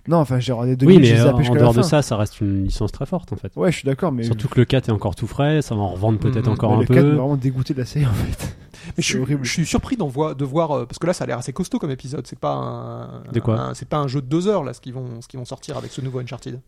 Speaker 2: non, enfin, j'ai regardé 2
Speaker 3: Oui,
Speaker 2: minutes,
Speaker 3: mais
Speaker 2: j'ai
Speaker 3: euh,
Speaker 2: zappé
Speaker 3: en
Speaker 2: jusqu'à la
Speaker 3: dehors de
Speaker 2: fin.
Speaker 3: ça, ça reste une licence très forte en fait.
Speaker 2: Ouais, je suis d'accord, mais.
Speaker 1: Mm,
Speaker 3: Surtout que le 4 est encore tout frais, ça va en revendre peut-être
Speaker 4: Mhm.
Speaker 3: encore
Speaker 2: mais
Speaker 3: un
Speaker 2: le 4 m'a
Speaker 3: peu.
Speaker 2: vraiment dégoûté de la série en fait.
Speaker 1: Mais je, suis-
Speaker 2: horrible.
Speaker 1: je suis surpris d'en voir, de voir euh, parce que là, ça a l'air assez costaud comme épisode. C'est pas un,
Speaker 3: De quoi
Speaker 1: un- c'est pas un jeu de deux heures là, ce qu'ils vont, ce qu'ils vont sortir avec ce nouveau Uncharted.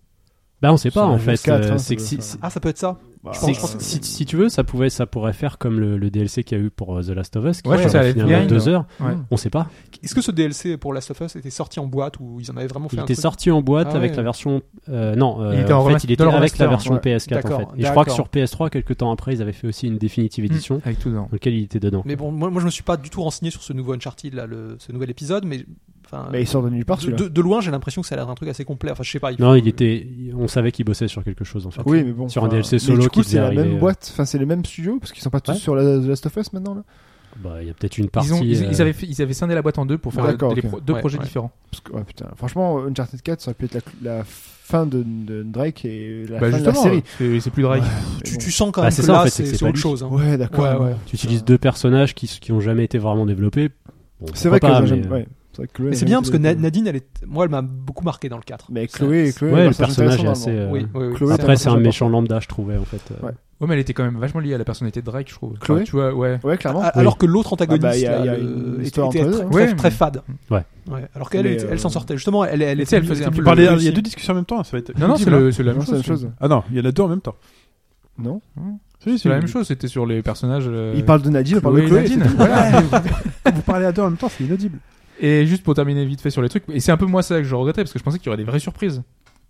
Speaker 3: Bah on sait pas
Speaker 2: Sur
Speaker 3: en
Speaker 2: la
Speaker 3: fait.
Speaker 2: PS4,
Speaker 3: euh,
Speaker 2: hein,
Speaker 3: c'est que
Speaker 2: ça
Speaker 3: si,
Speaker 2: doit
Speaker 3: si-
Speaker 2: faire.
Speaker 1: Ah, ça peut être ça.
Speaker 2: Bah,
Speaker 1: Je
Speaker 3: c'est-
Speaker 1: pense
Speaker 2: euh,
Speaker 1: que
Speaker 3: si, si tu veux, ça pourrait, ça pourrait faire comme le, le DLC qu'il y a eu pour euh, The Last of Us, qui
Speaker 4: Ouais,
Speaker 3: est
Speaker 4: je pensais à Left
Speaker 3: finalement
Speaker 4: Behind.
Speaker 3: deux heures.
Speaker 4: Ouais.
Speaker 3: On sait pas.
Speaker 1: Est-ce que ce DLC pour Last of Us était sorti en boîte ou ils en avaient vraiment fait
Speaker 3: Il
Speaker 1: un
Speaker 3: était
Speaker 1: truc
Speaker 3: sorti en boîte
Speaker 1: Ah ouais.
Speaker 3: avec la version. euh, non, euh,
Speaker 4: Il était en
Speaker 3: en, fait,
Speaker 4: remaster-
Speaker 3: il était
Speaker 4: dans le
Speaker 3: avec la
Speaker 4: remaster,
Speaker 3: version
Speaker 2: ouais.
Speaker 3: PS4 en fait.
Speaker 1: D'accord,
Speaker 3: Et je crois que
Speaker 1: d'accord.
Speaker 3: sur PS3, quelques temps après, ils avaient fait aussi une définitive
Speaker 4: Hmm.
Speaker 3: édition
Speaker 4: Avec tout dedans.
Speaker 3: dans laquelle il était dedans.
Speaker 1: Mais bon, moi, moi, je me suis pas du tout renseigné sur ce nouveau Uncharted là, le, ce nouvel épisode, mais enfin,
Speaker 2: Mais il sort de nulle part
Speaker 1: de,
Speaker 2: celui-là.
Speaker 1: de- de loin, j'ai l'impression que ça a l'air d'un truc assez complet. Enfin, je sais pas.
Speaker 3: Non, il était. On savait qu'il bossait sur quelque chose en fait.
Speaker 2: Oui, mais bon.
Speaker 3: Sur un
Speaker 2: enfin,
Speaker 3: DLC
Speaker 2: mais
Speaker 3: solo
Speaker 2: du coup,
Speaker 3: qui devait
Speaker 2: c'est la
Speaker 3: arriver,
Speaker 2: même
Speaker 3: euh,
Speaker 2: boîte, enfin c'est le même studio parce qu'ils sont pas tous
Speaker 3: Ouais.
Speaker 2: sur la- The Last of Us maintenant là.
Speaker 3: Bah, il y a peut-être une partie.
Speaker 4: Ils, ont, ils,
Speaker 3: euh,
Speaker 4: ils avaient, fait- ils avaient scindé la boîte en deux pour faire euh,
Speaker 2: D'accord,
Speaker 4: des
Speaker 2: ok.
Speaker 4: pro- deux
Speaker 1: Ouais,
Speaker 4: projets
Speaker 1: ouais.
Speaker 4: différents.
Speaker 2: Parce que, ouais, putain, franchement, Uncharted 4 ça aurait pu être la, la fin de, de Drake et
Speaker 4: Bah
Speaker 2: la fin de la
Speaker 4: justement,
Speaker 2: série.
Speaker 4: c'est c'est plus Drake.
Speaker 1: Tu,
Speaker 2: Mais
Speaker 1: tu sens quand
Speaker 3: Bah,
Speaker 1: même
Speaker 3: c'est
Speaker 1: que
Speaker 3: ça, en
Speaker 1: là,
Speaker 3: fait, c'est
Speaker 1: c'est
Speaker 3: que c'est
Speaker 1: c'est
Speaker 3: pas
Speaker 1: autre
Speaker 3: lui.
Speaker 1: chose. hein.
Speaker 2: bon. Ouais, d'accord.
Speaker 1: Ouais, ouais.
Speaker 3: Tu utilises deux personnages qui, qui ont jamais été vraiment développés. Bon,
Speaker 2: C'est
Speaker 3: pourquoi
Speaker 2: vrai que
Speaker 3: pas,
Speaker 2: le-
Speaker 3: mais,
Speaker 2: j'aime-
Speaker 3: euh,
Speaker 2: ouais, c'est vrai que Chloé
Speaker 1: Mais c'est
Speaker 2: n'a
Speaker 1: bien
Speaker 2: jamais
Speaker 1: parce que
Speaker 2: été-
Speaker 1: Na- Nadine, elle est, moi, elle m'a beaucoup marqué dans le 4.
Speaker 2: Mais
Speaker 1: Ça-
Speaker 2: Chloé, Chloé,
Speaker 3: Ouais,
Speaker 2: un
Speaker 3: le personnage est
Speaker 2: intéressant
Speaker 3: assez.
Speaker 2: dans le-
Speaker 3: euh,
Speaker 1: Oui, oui, oui.
Speaker 2: Chloé,
Speaker 1: Ça-
Speaker 3: Après, c'est un
Speaker 2: personnage
Speaker 3: méchant lambda, je trouvais en fait. euh,
Speaker 2: Ouais.
Speaker 4: Ouais, mais elle était quand même vachement liée à la personnalité de Drake, je trouve.
Speaker 2: Chloé
Speaker 4: tu vois, ouais.
Speaker 2: Ouais, clairement.
Speaker 1: A- Alors que l'autre antagoniste
Speaker 2: Ah bah, y a-
Speaker 1: là,
Speaker 2: y a
Speaker 1: le-
Speaker 2: une
Speaker 1: était-
Speaker 2: histoire
Speaker 1: était
Speaker 2: entre les
Speaker 1: très,
Speaker 2: deux.
Speaker 1: très-
Speaker 4: Ouais,
Speaker 1: très
Speaker 4: mais-
Speaker 1: fade.
Speaker 3: Ouais.
Speaker 1: Alors qu'elle
Speaker 2: Mais,
Speaker 1: était- elle
Speaker 2: euh,
Speaker 1: s'en sortait. Justement, elle, elle,
Speaker 4: Mais tu sais, elle faisait un
Speaker 6: Vous
Speaker 4: peu
Speaker 6: parlez,
Speaker 4: le-
Speaker 6: il y a deux discussions en même temps, ça va être.
Speaker 4: Non, non, c'est le- c'est la
Speaker 2: Non,
Speaker 4: même
Speaker 2: c'est la même
Speaker 4: chose.
Speaker 2: chose.
Speaker 6: Ah non, il y en a deux en même temps.
Speaker 2: Non
Speaker 6: Si,
Speaker 4: C'est la même chose, c'était sur les personnages. euh,
Speaker 2: Il parle de Nadine, on parle de
Speaker 4: et
Speaker 2: Chloé.
Speaker 4: Nadine,
Speaker 2: c'est tout.
Speaker 4: voilà.
Speaker 6: Quand vous parlez à deux en même temps, c'est inaudible.
Speaker 4: Et juste pour terminer vite fait sur les trucs, et c'est un peu moi ça que je regrettais parce que je pensais qu'il y aurait des vraies surprises.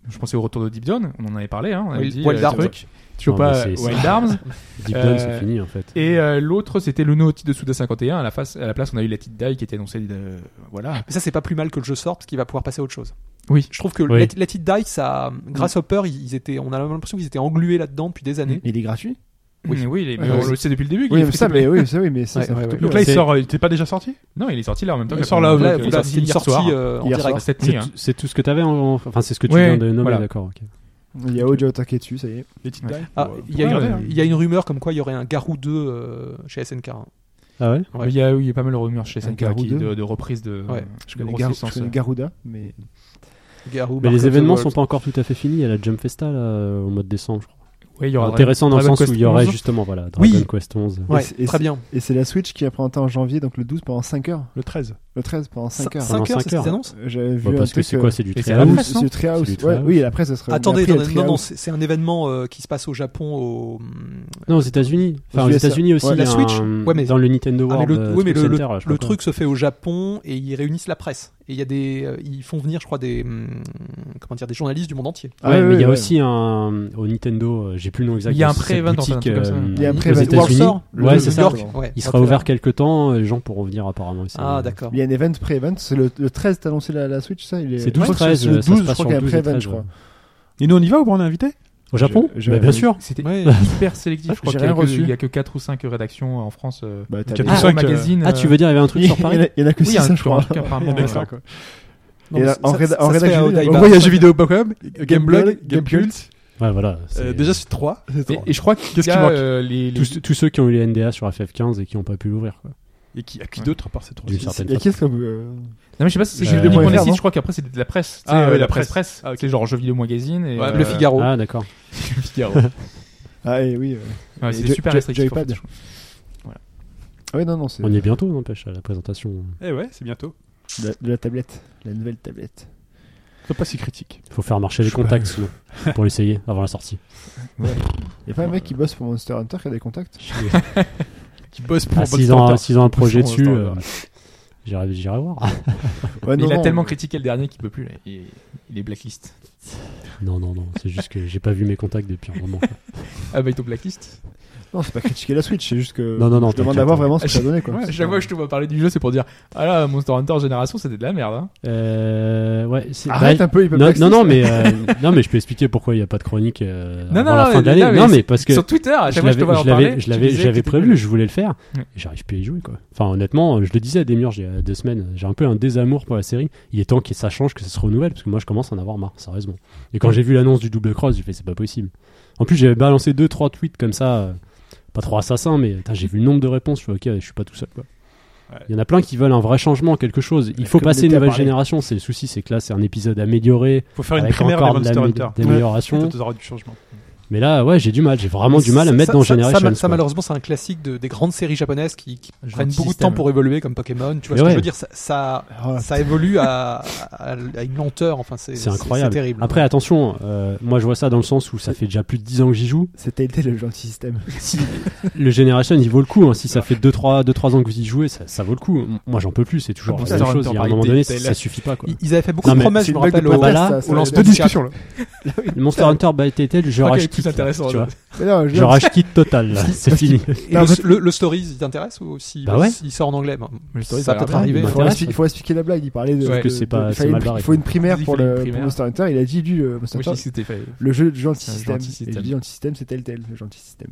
Speaker 4: Je pensais au retour de Deep Down, on en avait parlé, hein, on avait
Speaker 1: Wild-
Speaker 4: dit
Speaker 1: Wild
Speaker 4: euh,
Speaker 1: Arms.
Speaker 4: truc. Tu
Speaker 3: Non,
Speaker 4: vois pas
Speaker 3: mais c'est-
Speaker 4: Wild
Speaker 3: c'est-
Speaker 4: Arms.
Speaker 3: Deep Down,
Speaker 4: Euh,
Speaker 3: c'est fini en fait.
Speaker 4: Et euh, l'autre c'était le no titre de Suda 51. À la, face, à la place, on a eu la petite die qui était annoncée. de- Voilà.
Speaker 1: Mais ça, c'est pas plus mal que le jeu sorte parce qu'il va pouvoir passer à autre chose.
Speaker 4: Oui.
Speaker 1: Je trouve que
Speaker 3: Oui.
Speaker 1: Let, Let It Die, ça, Grasshopper, ils ils étaient, on a l'impression qu'ils étaient englués là-dedans depuis des années.
Speaker 2: Il est gratuit
Speaker 4: Oui, oui, mais
Speaker 2: Ouais,
Speaker 4: on
Speaker 2: ouais.
Speaker 4: le sait depuis le début. qu'il
Speaker 2: Oui,
Speaker 4: est
Speaker 2: mais
Speaker 4: free
Speaker 2: ça,
Speaker 4: to play.
Speaker 2: mais oui, ça, oui, mais ça,
Speaker 1: Ouais,
Speaker 2: ça
Speaker 1: ouais,
Speaker 2: fait
Speaker 1: ouais.
Speaker 2: tout
Speaker 6: Donc
Speaker 2: le-
Speaker 6: là, il
Speaker 3: C'est-
Speaker 6: sort. euh, Il était pas déjà sorti
Speaker 4: Non, il est sorti là
Speaker 2: Ah
Speaker 4: en même temps.
Speaker 6: Il
Speaker 4: que-
Speaker 6: sort là,
Speaker 4: il
Speaker 1: Là,
Speaker 4: est
Speaker 1: voilà,
Speaker 4: sorti
Speaker 1: c'est une
Speaker 4: hier
Speaker 1: sortie
Speaker 4: soir.
Speaker 1: euh, en
Speaker 2: Hier
Speaker 1: direct.
Speaker 2: soir.
Speaker 4: Cette nuit.
Speaker 3: C'est
Speaker 4: hein.
Speaker 3: tout- C'est tout ce que t'avais en- Enfin, c'est ce que tu
Speaker 4: Ouais,
Speaker 3: viens de nommer,
Speaker 4: voilà.
Speaker 3: d'accord. ok.
Speaker 2: Il y a Ojo attaqué dessus, ça y est.
Speaker 6: Les petites
Speaker 4: Ouais.
Speaker 6: dagues.
Speaker 1: Ah,
Speaker 6: Ouais,
Speaker 1: il y, a
Speaker 6: ouais,
Speaker 1: une-
Speaker 6: ouais, hein.
Speaker 1: il y a une rumeur comme quoi il y aurait un Garou 2 euh, chez SNK. hein.
Speaker 3: Ah ouais
Speaker 4: Il y a oui, il y a pas mal de rumeurs chez SNK
Speaker 2: Garou
Speaker 4: qui-
Speaker 2: deux.
Speaker 4: de, de reprise de.
Speaker 1: Ouais,
Speaker 4: je
Speaker 2: Je connais Garou- je connais Garuda, mais
Speaker 1: Garou,
Speaker 3: Mais
Speaker 1: Mark
Speaker 3: les
Speaker 1: of the
Speaker 3: événements
Speaker 1: World.
Speaker 3: sont pas encore tout à fait finis. Il y a la Jump Festa là, euh, au mois de décembre, je crois.
Speaker 4: Ouais, il y aura
Speaker 3: Intéressant dans le
Speaker 4: Dragon
Speaker 3: sens où il y
Speaker 4: Quest
Speaker 3: aurait
Speaker 4: 11.
Speaker 3: justement voilà, Dragon
Speaker 1: Oui.
Speaker 3: Quest 11.
Speaker 1: Ouais,
Speaker 2: Et- et
Speaker 1: très
Speaker 2: c'est-
Speaker 1: bien.
Speaker 2: et c'est la Switch qui est présentée en janvier, donc le 12 pendant 5 heures,
Speaker 6: Le 13.
Speaker 2: le 13 pendant 5 heures.
Speaker 3: Pendant
Speaker 1: 5 heures,
Speaker 3: cinq
Speaker 1: c'est cette
Speaker 3: heures.
Speaker 1: annonce
Speaker 2: Euh, J'avais vu
Speaker 3: Bah,
Speaker 2: un
Speaker 3: parce que
Speaker 2: truc.
Speaker 3: c'est quoi C'est du
Speaker 4: et c'est
Speaker 3: tryout
Speaker 4: après,
Speaker 2: euh, C'est du Treehouse.
Speaker 3: C'est du
Speaker 2: Ouais,
Speaker 3: Treehouse.
Speaker 2: oui, et après ça sera.
Speaker 1: Attendez,
Speaker 2: après, il y a
Speaker 1: attendez, non, non,
Speaker 2: Treehouse.
Speaker 1: c'est c'est un événement euh, qui se passe au Japon au.
Speaker 3: Ah,
Speaker 1: hum,
Speaker 3: Non, aux États-Unis. Enfin,
Speaker 2: Aux
Speaker 3: aux
Speaker 2: USA.
Speaker 3: États-Unis aussi.
Speaker 2: Ouais,
Speaker 3: il y
Speaker 1: la
Speaker 3: a
Speaker 1: Switch.
Speaker 3: un-
Speaker 1: Ouais, mais-
Speaker 3: Dans le Nintendo
Speaker 1: Ah, mais
Speaker 3: World.
Speaker 1: le,
Speaker 3: euh,
Speaker 1: oui, mais
Speaker 3: Truc
Speaker 1: le, le-
Speaker 3: Center, là, je
Speaker 1: le
Speaker 3: crois,
Speaker 1: truc se fait au Japon et ils réunissent la presse. Et il y a des, euh, ils font venir, je crois, des, hum, comment dire, des journalistes du monde entier.
Speaker 3: quoi.
Speaker 2: Ah,
Speaker 3: Ouais,
Speaker 2: ouais,
Speaker 3: mais il y a
Speaker 2: ouais.
Speaker 3: aussi un. Au Nintendo, euh, j'ai plus le nom exact.
Speaker 4: Il y a
Speaker 3: de
Speaker 4: un
Speaker 3: cette
Speaker 4: pré-event, enfin,
Speaker 3: boutique,
Speaker 4: un truc comme ça.
Speaker 3: euh,
Speaker 2: Il y a un
Speaker 3: aux
Speaker 2: pré-event.
Speaker 3: États-Unis.
Speaker 1: Warsaw, le
Speaker 3: Ouais,
Speaker 1: New
Speaker 3: c'est ça.
Speaker 1: York.
Speaker 2: York.
Speaker 1: ouais,
Speaker 3: Il sera ouvert quelques temps. euh, Les gens pourront venir apparemment. ici.
Speaker 1: Ah d'accord.
Speaker 2: Il y a un event pré-event, c'est le, le 13 t'as annoncé la, la Switch, ça il est...
Speaker 3: C'est
Speaker 2: Je crois que
Speaker 3: 12-13,
Speaker 2: c'est le
Speaker 3: ça se
Speaker 2: 12, je crois
Speaker 3: passe sur
Speaker 2: qu'il y a un
Speaker 3: 12 et
Speaker 2: pré-event,
Speaker 3: 13,
Speaker 2: je crois.
Speaker 6: Et nous, on y va ou pas, on est invité
Speaker 3: Au Japon
Speaker 2: Je- je-
Speaker 3: Bah, Bien sûr.
Speaker 4: C'était
Speaker 1: Ouais.
Speaker 4: hyper sélectif. Je crois
Speaker 2: J'ai
Speaker 4: qu'il y a
Speaker 2: rien
Speaker 4: que-
Speaker 2: reçu.
Speaker 4: il y a que 4 ou 5 rédactions en France. euh,
Speaker 2: Bah, t'as
Speaker 6: Quatre
Speaker 2: les-
Speaker 6: ou
Speaker 4: Gros
Speaker 6: cinq,
Speaker 4: magazine.
Speaker 3: Ah, tu veux dire, il y avait un
Speaker 2: Il
Speaker 3: truc
Speaker 2: y
Speaker 3: sur
Speaker 2: en a-
Speaker 3: Paris
Speaker 2: il y en a que
Speaker 4: Oui, il y a
Speaker 2: 6,
Speaker 4: un
Speaker 2: je crois.
Speaker 4: truc apparemment.
Speaker 6: Il y en a
Speaker 4: ouais.
Speaker 6: cinq, ouais.
Speaker 1: Non,
Speaker 2: Et
Speaker 1: mais
Speaker 2: là,
Speaker 1: ça-
Speaker 2: en
Speaker 1: ça-
Speaker 2: réda-
Speaker 1: ça
Speaker 2: en
Speaker 1: se fait
Speaker 2: rédaction
Speaker 1: à
Speaker 2: vidéo,
Speaker 1: Odaiba.
Speaker 2: en
Speaker 6: En
Speaker 2: gros,
Speaker 6: gros, il y a
Speaker 1: Ça-
Speaker 6: jeuxvideo.com, Gameblog,
Speaker 2: Gameblog,
Speaker 6: Gamecult.
Speaker 3: Ouais, voilà.
Speaker 6: Euh,
Speaker 3: c'est-
Speaker 6: Déjà, c'est 3.
Speaker 4: Et, et je crois qu'il y
Speaker 6: Qu'est-ce qui
Speaker 4: a
Speaker 6: manque
Speaker 4: euh, les, les-
Speaker 3: tous, tous ceux qui ont eu les NDA sur FF15 et qui n'ont pas pu l'ouvrir. quoi.
Speaker 6: Et qui, à qui
Speaker 4: Ouais.
Speaker 6: d'autre à part ces trois
Speaker 3: D'une
Speaker 6: six
Speaker 3: certaine
Speaker 2: Il y a
Speaker 3: façon.
Speaker 2: qu'est-ce qu'on peut...
Speaker 4: Non, mais je sais pas si c'est
Speaker 3: Euh,
Speaker 4: jeux
Speaker 3: les
Speaker 4: vidéo
Speaker 2: points
Speaker 4: point
Speaker 2: fr,
Speaker 4: net,
Speaker 2: non
Speaker 4: Je crois qu'après, c'était de la presse.
Speaker 6: Ah, ouais, la presse.
Speaker 4: presse.
Speaker 6: Ah, ok.
Speaker 4: C'est genre jeux vidéo magazine. Et,
Speaker 6: Ouais,
Speaker 4: euh,
Speaker 1: Le Figaro.
Speaker 3: Ah, d'accord.
Speaker 4: Le Figaro.
Speaker 2: Ah
Speaker 4: eh
Speaker 2: et oui, euh,
Speaker 4: Ouais,
Speaker 2: Et
Speaker 4: C'est
Speaker 2: Joy-
Speaker 4: super
Speaker 2: Joy-
Speaker 4: restrictif. en
Speaker 2: Joypad.
Speaker 4: fait, je trouve.
Speaker 2: ah oui non non c'est
Speaker 3: On y est bientôt, n'empêche, à la présentation.
Speaker 6: Eh ouais, c'est bientôt.
Speaker 2: de la, de la tablette, la nouvelle tablette.
Speaker 6: Sois pas si critique.
Speaker 3: Il faut faire marcher les contacts sinon, pour l'essayer avant la sortie.
Speaker 2: Y a pas un mec qui bosse pour Monster Hunter qui a des contacts
Speaker 6: Qui bosse pour
Speaker 3: Ah,
Speaker 6: Monster
Speaker 3: S'ils ont,
Speaker 6: Hunter.
Speaker 3: s'ils ont un projet
Speaker 6: Monster
Speaker 3: dessus,
Speaker 6: Hunter.
Speaker 3: euh, j'irai j'irai voir.
Speaker 2: Ouais, euh,
Speaker 4: Mais
Speaker 2: non,
Speaker 4: Il a
Speaker 2: non,
Speaker 4: tellement
Speaker 2: mais-
Speaker 4: critiqué le dernier qu'il peut plus. là. Il il est blacklist.
Speaker 3: non, non, non, c'est juste que j'ai pas vu mes contacts depuis un moment. quoi.
Speaker 4: Ah bah il est au blacklist.
Speaker 2: Non, c'est pas critiquer la Switch, c'est juste que
Speaker 3: Non, non, non,
Speaker 2: je demande
Speaker 3: t'inquiète,
Speaker 2: d'avoir
Speaker 3: ouais.
Speaker 2: vraiment ce que ça donnait quoi.
Speaker 4: Ouais, chaque fois que je te vois parler du jeu, c'est pour dire Ah là, Monster Hunter Génération, c'était de la merde. hein.
Speaker 3: Euh, ouais, c'est-
Speaker 2: Arrête
Speaker 3: bah,
Speaker 2: un peu, il peut
Speaker 3: non, non, non, mais, euh, non, mais je peux expliquer pouroi il n'y a pas de chronique euh,
Speaker 4: Non,
Speaker 3: avant
Speaker 4: non,
Speaker 3: la
Speaker 4: non,
Speaker 3: fin
Speaker 4: mais-
Speaker 3: de l'année.
Speaker 4: non, mais
Speaker 3: Non, mais parce que
Speaker 4: Sur Twitter, à
Speaker 3: je
Speaker 4: chaque fois que Ah, je te
Speaker 3: l'avais,
Speaker 4: vois en
Speaker 3: je l'avais-
Speaker 4: parler.
Speaker 3: je l'avais-
Speaker 4: tu disais
Speaker 3: j'avais
Speaker 4: que t'étais
Speaker 3: prévu,
Speaker 4: nul.
Speaker 3: je voulais le faire.
Speaker 4: Ouais.
Speaker 3: Et J'arrive plus à y jouer, quoi. Enfin, honnêtement, je le disais à Demure il y a deux semaines, j'ai un peu un désamour pour la série. Il est temps que ça change, que ça se renouvelle, parce que moi je commence à en avoir marre, sérieusement. Et quand j'ai vu l'annonce du double cross, j'ai fait c'est pas possible. En plus, j'avais balancé deux, trois tweets comme ça, euh, pas trop assassins, mais putain, j'ai vu le nombre de réponses, je fais ok, je suis pas tout seul, quoi.
Speaker 6: Ouais.
Speaker 3: Il y en a plein qui veulent un vrai changement, quelque chose. Il
Speaker 2: La
Speaker 3: faut passer une
Speaker 2: communauté a
Speaker 3: nouvelle
Speaker 2: parlé.
Speaker 3: génération. C'est le souci, c'est que là, c'est un épisode amélioré
Speaker 6: Faut faire Ah, une
Speaker 3: avec
Speaker 6: primaire des
Speaker 3: encore de
Speaker 6: Monster
Speaker 3: l'amé-
Speaker 6: Hunter.
Speaker 3: d'amélioration.
Speaker 6: Tu auras du changement.
Speaker 3: Mais là, ouais, j'ai du mal. J'ai vraiment du mal à
Speaker 1: Ça-
Speaker 3: mettre
Speaker 1: ça-
Speaker 3: dans
Speaker 1: ça- ça-
Speaker 3: Generation.
Speaker 1: Ça, malheureusement, c'est un classique de- des grandes séries japonaises qui, qui
Speaker 4: Gentil
Speaker 1: prennent beaucoup de
Speaker 4: système.
Speaker 1: temps pour évoluer, comme Pokémon. Tu vois
Speaker 3: Mais
Speaker 1: ce que
Speaker 3: ouais.
Speaker 1: je veux dire Ça, ça,
Speaker 2: Ah, Voilà.
Speaker 1: ça évolue à, à- à une lenteur. Enfin, c'est
Speaker 3: C'est
Speaker 1: c'est-
Speaker 3: incroyable.
Speaker 1: c'est terrible.
Speaker 3: Après, attention, euh, moi je vois ça dans le sens où ça fait déjà plus de 10 ans que j'y joue.
Speaker 2: C'était été le gentil système.
Speaker 3: Si- le Generation, il vaut le coup. hein. Si ça fait 2-3 ans que vous y jouez, ça, ça vaut le coup. Moi j'en peux plus, c'est toujours
Speaker 4: Ah,
Speaker 3: la
Speaker 4: bon,
Speaker 3: même
Speaker 4: ça,
Speaker 3: chose.
Speaker 4: on
Speaker 3: Il y a un
Speaker 4: parle
Speaker 3: moment
Speaker 4: des
Speaker 3: donné,
Speaker 4: détails,
Speaker 3: ça
Speaker 4: là.
Speaker 3: suffit pas. Ah, quoi.
Speaker 1: Ils- Ils avaient fait beaucoup
Speaker 3: Non,
Speaker 1: de
Speaker 3: mais
Speaker 1: promesses,
Speaker 2: c'est
Speaker 1: je me
Speaker 2: une blague de
Speaker 1: rappelle. au-
Speaker 2: podcast,
Speaker 3: Voilà,
Speaker 2: ça, ça,
Speaker 1: on lance
Speaker 2: là.
Speaker 1: deux
Speaker 6: Deux discussions là.
Speaker 3: Monster Hunter by Telltale, je
Speaker 4: crois
Speaker 3: rage
Speaker 4: qu'elle est plus
Speaker 3: quitte. là,
Speaker 4: intéressante,
Speaker 3: tu vois.
Speaker 2: Mais non, je-
Speaker 3: Je rage quitte total. là. C'est fini.
Speaker 1: Et
Speaker 4: Bah,
Speaker 1: le, le- le Stories, il t'intéresse ou si
Speaker 3: Bah ouais.
Speaker 1: il sort en anglais ben,
Speaker 4: Le Stories,
Speaker 1: Ça
Speaker 4: ça a
Speaker 1: va peut-être
Speaker 4: l'air
Speaker 1: arriver.
Speaker 2: Il
Speaker 3: dingue.
Speaker 2: faut,
Speaker 3: m'intéresse.
Speaker 2: expli- il faut expliquer la blague. Il parlait de.
Speaker 4: Sauf
Speaker 2: de-
Speaker 3: que c'est
Speaker 2: de-
Speaker 3: pas-
Speaker 2: il
Speaker 3: c'est
Speaker 2: fallait
Speaker 3: mal
Speaker 2: une-
Speaker 3: barré,
Speaker 2: Il faut une primaire
Speaker 4: Il
Speaker 2: pour
Speaker 4: fallait une
Speaker 2: le pour
Speaker 4: primaire.
Speaker 2: Monster Hunter. Il a dit du euh, Monster
Speaker 4: Oui,
Speaker 2: Hunter.
Speaker 4: c'était fait.
Speaker 2: Le jeu du gentil
Speaker 4: C'est un
Speaker 2: système.
Speaker 4: gentil
Speaker 2: Et le
Speaker 4: système.
Speaker 2: gentil système, c'est Telltale. Le gentil système.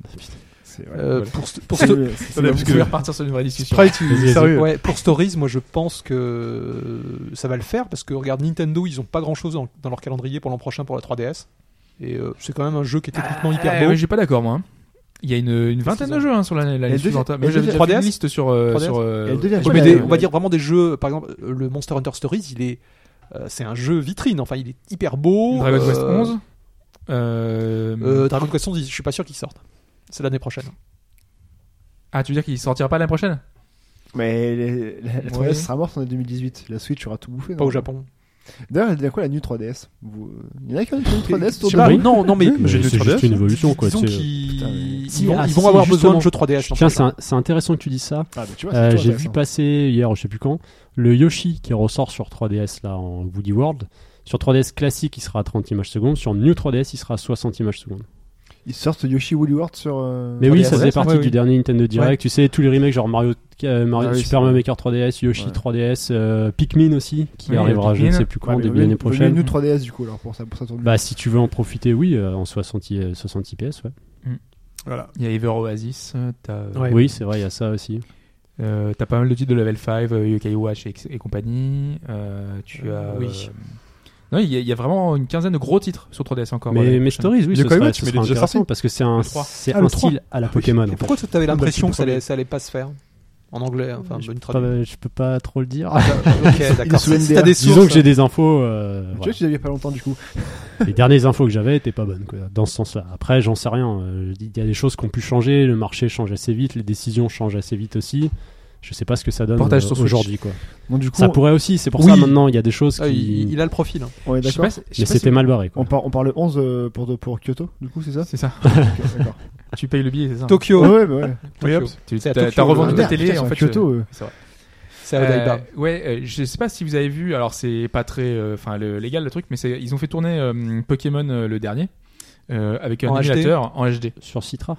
Speaker 2: C'est- voilà.
Speaker 1: Euh,
Speaker 4: Voilà.
Speaker 1: pour, st- pour
Speaker 2: C'est-
Speaker 1: st-
Speaker 2: c'est- c'est-
Speaker 4: Vous
Speaker 6: parce que-
Speaker 4: pouvez repartir sur une vraie discussion.
Speaker 6: Sprite, il-
Speaker 3: Vas-y,
Speaker 6: sérieux.
Speaker 1: ouais, pour Stories, moi je pense que ça va le faire parce que regarde Nintendo, ils ont pas grand chose dans, dans leur calendrier pour l'an prochain pour la 3DS. Et euh, c'est quand même un jeu qui est techniquement hyper
Speaker 4: Ah,
Speaker 1: beau.
Speaker 4: mais j'ai pas d'accord, moi. hein. Il y a une, une vingtaine de jeux hein, sur l'année l'année
Speaker 2: Et deux-
Speaker 4: suivante. hein.
Speaker 2: et
Speaker 4: Moi, j'avais
Speaker 2: deux-
Speaker 4: déjà fait une
Speaker 1: 3DS?
Speaker 4: liste sur. euh,
Speaker 1: 3DS?
Speaker 4: sur
Speaker 2: Et
Speaker 4: euh,
Speaker 2: le deuxième
Speaker 1: Ouais,
Speaker 2: jeu,
Speaker 1: mais
Speaker 2: là,
Speaker 1: des-
Speaker 2: il-
Speaker 1: on va dire vraiment des jeux, par exemple, euh, le Monster Hunter Stories, il est, euh, c'est un jeu vitrine. Enfin, il est hyper beau.
Speaker 4: Dragon Quest
Speaker 1: Euh,
Speaker 4: 11. Euh,
Speaker 1: euh, Dragon Quest 11, je suis pas sûr qu'il sorte. C'est l'année prochaine. hein.
Speaker 4: Ah, tu veux dire qu'il sortira pas l'année prochaine
Speaker 2: Mais les- la, la 3DS
Speaker 4: Ouais.
Speaker 2: sera morte en 2018. La Switch aura tout bouffé.
Speaker 1: Pas
Speaker 2: non
Speaker 1: au Japon.
Speaker 2: D'ailleurs, il y a quoi la New 3DS Vous- euh, Il y en a qui ont une 3DS
Speaker 1: Je
Speaker 2: autour
Speaker 1: sais
Speaker 2: de
Speaker 1: pas,
Speaker 2: vous
Speaker 1: non, non, mais,
Speaker 3: Mais
Speaker 6: j'ai deux
Speaker 3: C'est
Speaker 6: 3DS,
Speaker 3: juste une évolution. quoi.
Speaker 1: disons
Speaker 3: c'est-
Speaker 1: qu'ils
Speaker 2: Putain, mais-
Speaker 1: ils
Speaker 3: Si,
Speaker 1: vont,
Speaker 3: ah,
Speaker 1: ils vont
Speaker 3: si,
Speaker 1: avoir besoin
Speaker 3: justement.
Speaker 1: de jeux 3DS. l'an
Speaker 3: Tiens, c'est
Speaker 1: prochain.
Speaker 3: un- c'est intéressant que tu dis ça.
Speaker 2: Ah, bah, tu vois, c'est
Speaker 3: Euh, j'ai
Speaker 2: toujours
Speaker 3: vu
Speaker 2: intéressant.
Speaker 3: passer hier, je sais plus quand, le Yoshi qui ressort sur 3DS là en Woody World. Sur 3DS classique, il sera à 30 images secondes. Sur New 3DS, il sera à 60 images secondes.
Speaker 2: Ils sortent Yoshi Woolly World sur. euh,
Speaker 3: Mais oui,
Speaker 2: 3DS,
Speaker 3: ça faisait
Speaker 2: ouais.
Speaker 3: partie
Speaker 1: ouais,
Speaker 3: du
Speaker 1: oui.
Speaker 3: dernier Nintendo Direct. Tu sais, tous les remakes, genre Mario, euh, Mario-
Speaker 2: Ah oui,
Speaker 3: Super
Speaker 2: c'est-
Speaker 3: Mario Maker 3DS, Yoshi
Speaker 2: Ouais.
Speaker 3: 3DS, euh, Pikmin aussi, qui
Speaker 4: Oui,
Speaker 3: arrivera je ne
Speaker 4: Pikmin.
Speaker 3: sais plus quand,
Speaker 2: Ouais, mais
Speaker 3: début
Speaker 2: vaut mieux- vaut
Speaker 3: l'année
Speaker 2: mieux
Speaker 3: prochaine.
Speaker 2: New 3DS du coup, alors pour ça, pour ça tourne.
Speaker 3: Bah, si tu veux en profiter, oui, euh, en 60, i- euh, 60 IPS, ouais.
Speaker 6: Voilà.
Speaker 4: Il y a Ever Oasis, euh, t'as euh,
Speaker 1: Ouais.
Speaker 3: Oui, c'est vrai, il y a ça aussi.
Speaker 4: euh, t'as pas mal de titres de level 5, euh, Yokai Watch et, et compagnie. euh, tu
Speaker 1: Euh,
Speaker 4: as.
Speaker 1: oui.
Speaker 4: euh, Non, il y, a- il y a vraiment une quinzaine de gros titres sur 3DS encore. euh,
Speaker 3: mais
Speaker 4: l'année
Speaker 3: mais
Speaker 4: prochaine.
Speaker 3: Stories, oui,
Speaker 6: Yokai
Speaker 3: ce serait,
Speaker 6: Watch,
Speaker 3: ce
Speaker 6: mais il
Speaker 3: serait
Speaker 6: est déjà sorti.
Speaker 3: intéressant parce que c'est un,
Speaker 4: Le trois.
Speaker 3: c'est
Speaker 6: Ah,
Speaker 3: un
Speaker 6: le trois.
Speaker 3: style à la Pokémon. en
Speaker 1: Et
Speaker 3: fait.
Speaker 1: pourquoi tu avais
Speaker 6: bah,
Speaker 1: l'impression
Speaker 6: c'est
Speaker 1: que ça allait,
Speaker 6: premier.
Speaker 1: ça allait pas se faire en anglais hein, Enfin, bonne
Speaker 3: Pas-
Speaker 1: traduction.
Speaker 3: je peux pas trop le dire.
Speaker 1: Ok, d'accord.
Speaker 2: sous
Speaker 1: Ah, Si
Speaker 2: NDA.
Speaker 1: t'as des
Speaker 3: Disons
Speaker 1: sources,
Speaker 3: que j'ai des infos. euh,
Speaker 2: Tu vois,
Speaker 3: voilà.
Speaker 2: tu l'avais pas longtemps du coup.
Speaker 3: les dernières infos que j'avais étaient pas bonnes quoi, dans ce sens-là. Après, j'en sais rien. euh, Il y a des choses qui ont pu changer. Le marché change assez vite. Les décisions changent assez vite aussi. Je sais pas ce que ça donne
Speaker 4: Portage
Speaker 3: euh,
Speaker 4: sur Switch.
Speaker 3: aujourd'hui. quoi.
Speaker 2: Bon, du coup,
Speaker 3: Ça pourrait aussi. C'est pour
Speaker 1: Oui.
Speaker 3: ça maintenant il y a des choses qui.
Speaker 1: ah, il, il a le profil. hein.
Speaker 2: on est
Speaker 4: Je sais pas
Speaker 2: d'accord.
Speaker 4: si- je sais
Speaker 3: Mais
Speaker 4: pas si-
Speaker 3: c'était mal barré. Quoi.
Speaker 2: On, par- on parle 11 euh, pour, pour Kyoto, du coup, c'est ça
Speaker 4: C'est ça.
Speaker 2: Ok, D'accord.
Speaker 4: tu payes le billet,
Speaker 3: Ah.
Speaker 4: c'est ça
Speaker 1: Tokyo,
Speaker 2: Ouais, ouais, bah ouais.
Speaker 6: Oui, hop.
Speaker 4: Tu
Speaker 1: C'est à
Speaker 4: t'as-
Speaker 1: Tokyo,
Speaker 4: t'as
Speaker 1: le
Speaker 4: revendu
Speaker 1: vendredi,
Speaker 4: ta
Speaker 2: Merde,
Speaker 4: télé
Speaker 2: putain,
Speaker 4: en
Speaker 2: c'est
Speaker 4: fait.
Speaker 2: à Kyoto. euh.
Speaker 4: C'est vrai.
Speaker 1: c'est à Odaiba.
Speaker 4: Euh, ouais, euh, je sais pas si vous avez vu, alors c'est pas très euh, enfin le- légal le truc, mais c'est- ils ont fait tourner euh, Pokémon euh, le dernier euh, avec un
Speaker 1: En HD?
Speaker 4: émulateur en HD.
Speaker 3: Sur Citra.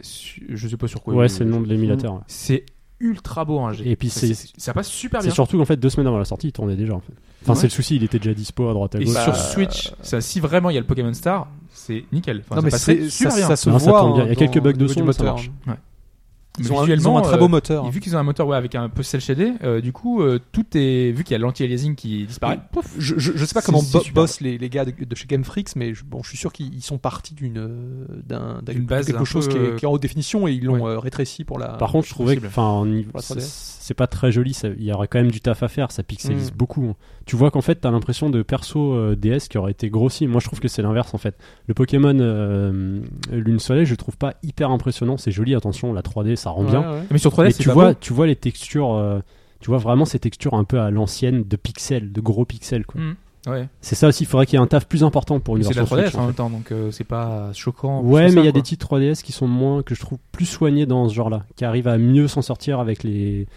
Speaker 4: Su- Je sais pas sur quoi.
Speaker 3: Ouais,
Speaker 4: il-
Speaker 3: c'est le nom de l'émulateur. ouais.
Speaker 4: C'est ultra beau en HD.
Speaker 3: Et puis
Speaker 4: Ça,
Speaker 3: c'est-
Speaker 4: ça passe super
Speaker 3: C'est
Speaker 4: bien.
Speaker 3: surtout qu'en fait deux semaines avant la sortie, il tournait déjà. En fait. Enfin,
Speaker 4: Ouais.
Speaker 3: c'est le souci. Il était déjà dispo à droite à
Speaker 4: Et
Speaker 3: gauche.
Speaker 4: sur Switch, ça, si vraiment il y a le Pokémon Star, c'est nickel. Enfin,
Speaker 1: Non,
Speaker 4: ça
Speaker 1: mais
Speaker 4: passerait
Speaker 1: c'est-
Speaker 4: super
Speaker 1: ça,
Speaker 4: bien.
Speaker 1: ça se
Speaker 3: Non, ça
Speaker 1: voit.
Speaker 3: tombe bien.
Speaker 1: hein,
Speaker 3: Il y a quelques
Speaker 1: dans-
Speaker 3: bugs
Speaker 1: au
Speaker 3: de
Speaker 1: niveau
Speaker 3: son,
Speaker 1: du
Speaker 3: mais ça
Speaker 1: moteur.
Speaker 3: marche.
Speaker 4: Mais
Speaker 1: Ils ont, un, ils
Speaker 4: visuellement,
Speaker 1: ont un très
Speaker 4: euh,
Speaker 1: beau moteur.
Speaker 4: et vu qu'ils ont un moteur ouais, avec un pixel shadé, euh, du coup, euh, tout est. Vu qu'il y a l'anti-aliasing qui disparaît, pouf,
Speaker 1: Je, je, je sais pas
Speaker 4: C'est-
Speaker 1: comment
Speaker 4: c'est
Speaker 1: bo-
Speaker 4: super.
Speaker 1: bossent les, les gars de, de chez Game Freaks, mais je, bon, je suis sûr qu'ils ils sont partis d'une euh, d'un- d'un-
Speaker 4: D'une base
Speaker 1: quelque
Speaker 4: un
Speaker 1: chose
Speaker 4: peu,
Speaker 1: qui, est,
Speaker 4: euh,
Speaker 1: qui est en haute définition et ils l'ont
Speaker 4: ouais.
Speaker 1: euh, rétréci pour
Speaker 4: Ah,
Speaker 1: la.
Speaker 3: Par contre, je trouvais que
Speaker 4: possible.
Speaker 3: enfin, en niveau-
Speaker 1: Pour la 3DS.
Speaker 3: c'est c'est pas très joli. ça- Il y aurait quand même du taf à faire. Ça pixelise
Speaker 1: Mm.
Speaker 3: beaucoup. hein. Tu vois qu'en fait, t'as l'impression de perso euh, DS qui aurait été grossi. Moi, je trouve que c'est l'inverse en fait. Le Pokémon euh, Lune Soleil, je le trouve pas hyper impressionnant. C'est joli, attention, la 3D, ça rend
Speaker 1: Ouais,
Speaker 3: bien.
Speaker 1: ouais.
Speaker 4: Mais sur 3D,
Speaker 3: Mais
Speaker 4: c'est
Speaker 3: tu
Speaker 4: pas
Speaker 3: vois,
Speaker 4: beau.
Speaker 3: tu vois les textures. euh, tu vois vraiment ces textures un peu à l'ancienne de pixels, de gros pixels. quoi.
Speaker 4: Mm. Ouais.
Speaker 3: C'est ça aussi. Il faudrait qu'il y ait un taf plus important pour une
Speaker 4: Mais C'est de
Speaker 3: version
Speaker 4: la 3DS
Speaker 3: Switch, en
Speaker 4: en
Speaker 3: fait.
Speaker 4: même temps, donc euh, c'est pas choquant.
Speaker 3: Ouais, mais
Speaker 4: plus que
Speaker 3: il y
Speaker 4: ça,
Speaker 3: a
Speaker 4: quoi.
Speaker 3: des titres 3DS qui sont moins que je trouve plus soignés dans ce genre-là, qui arrivent à mieux s'en sortir avec les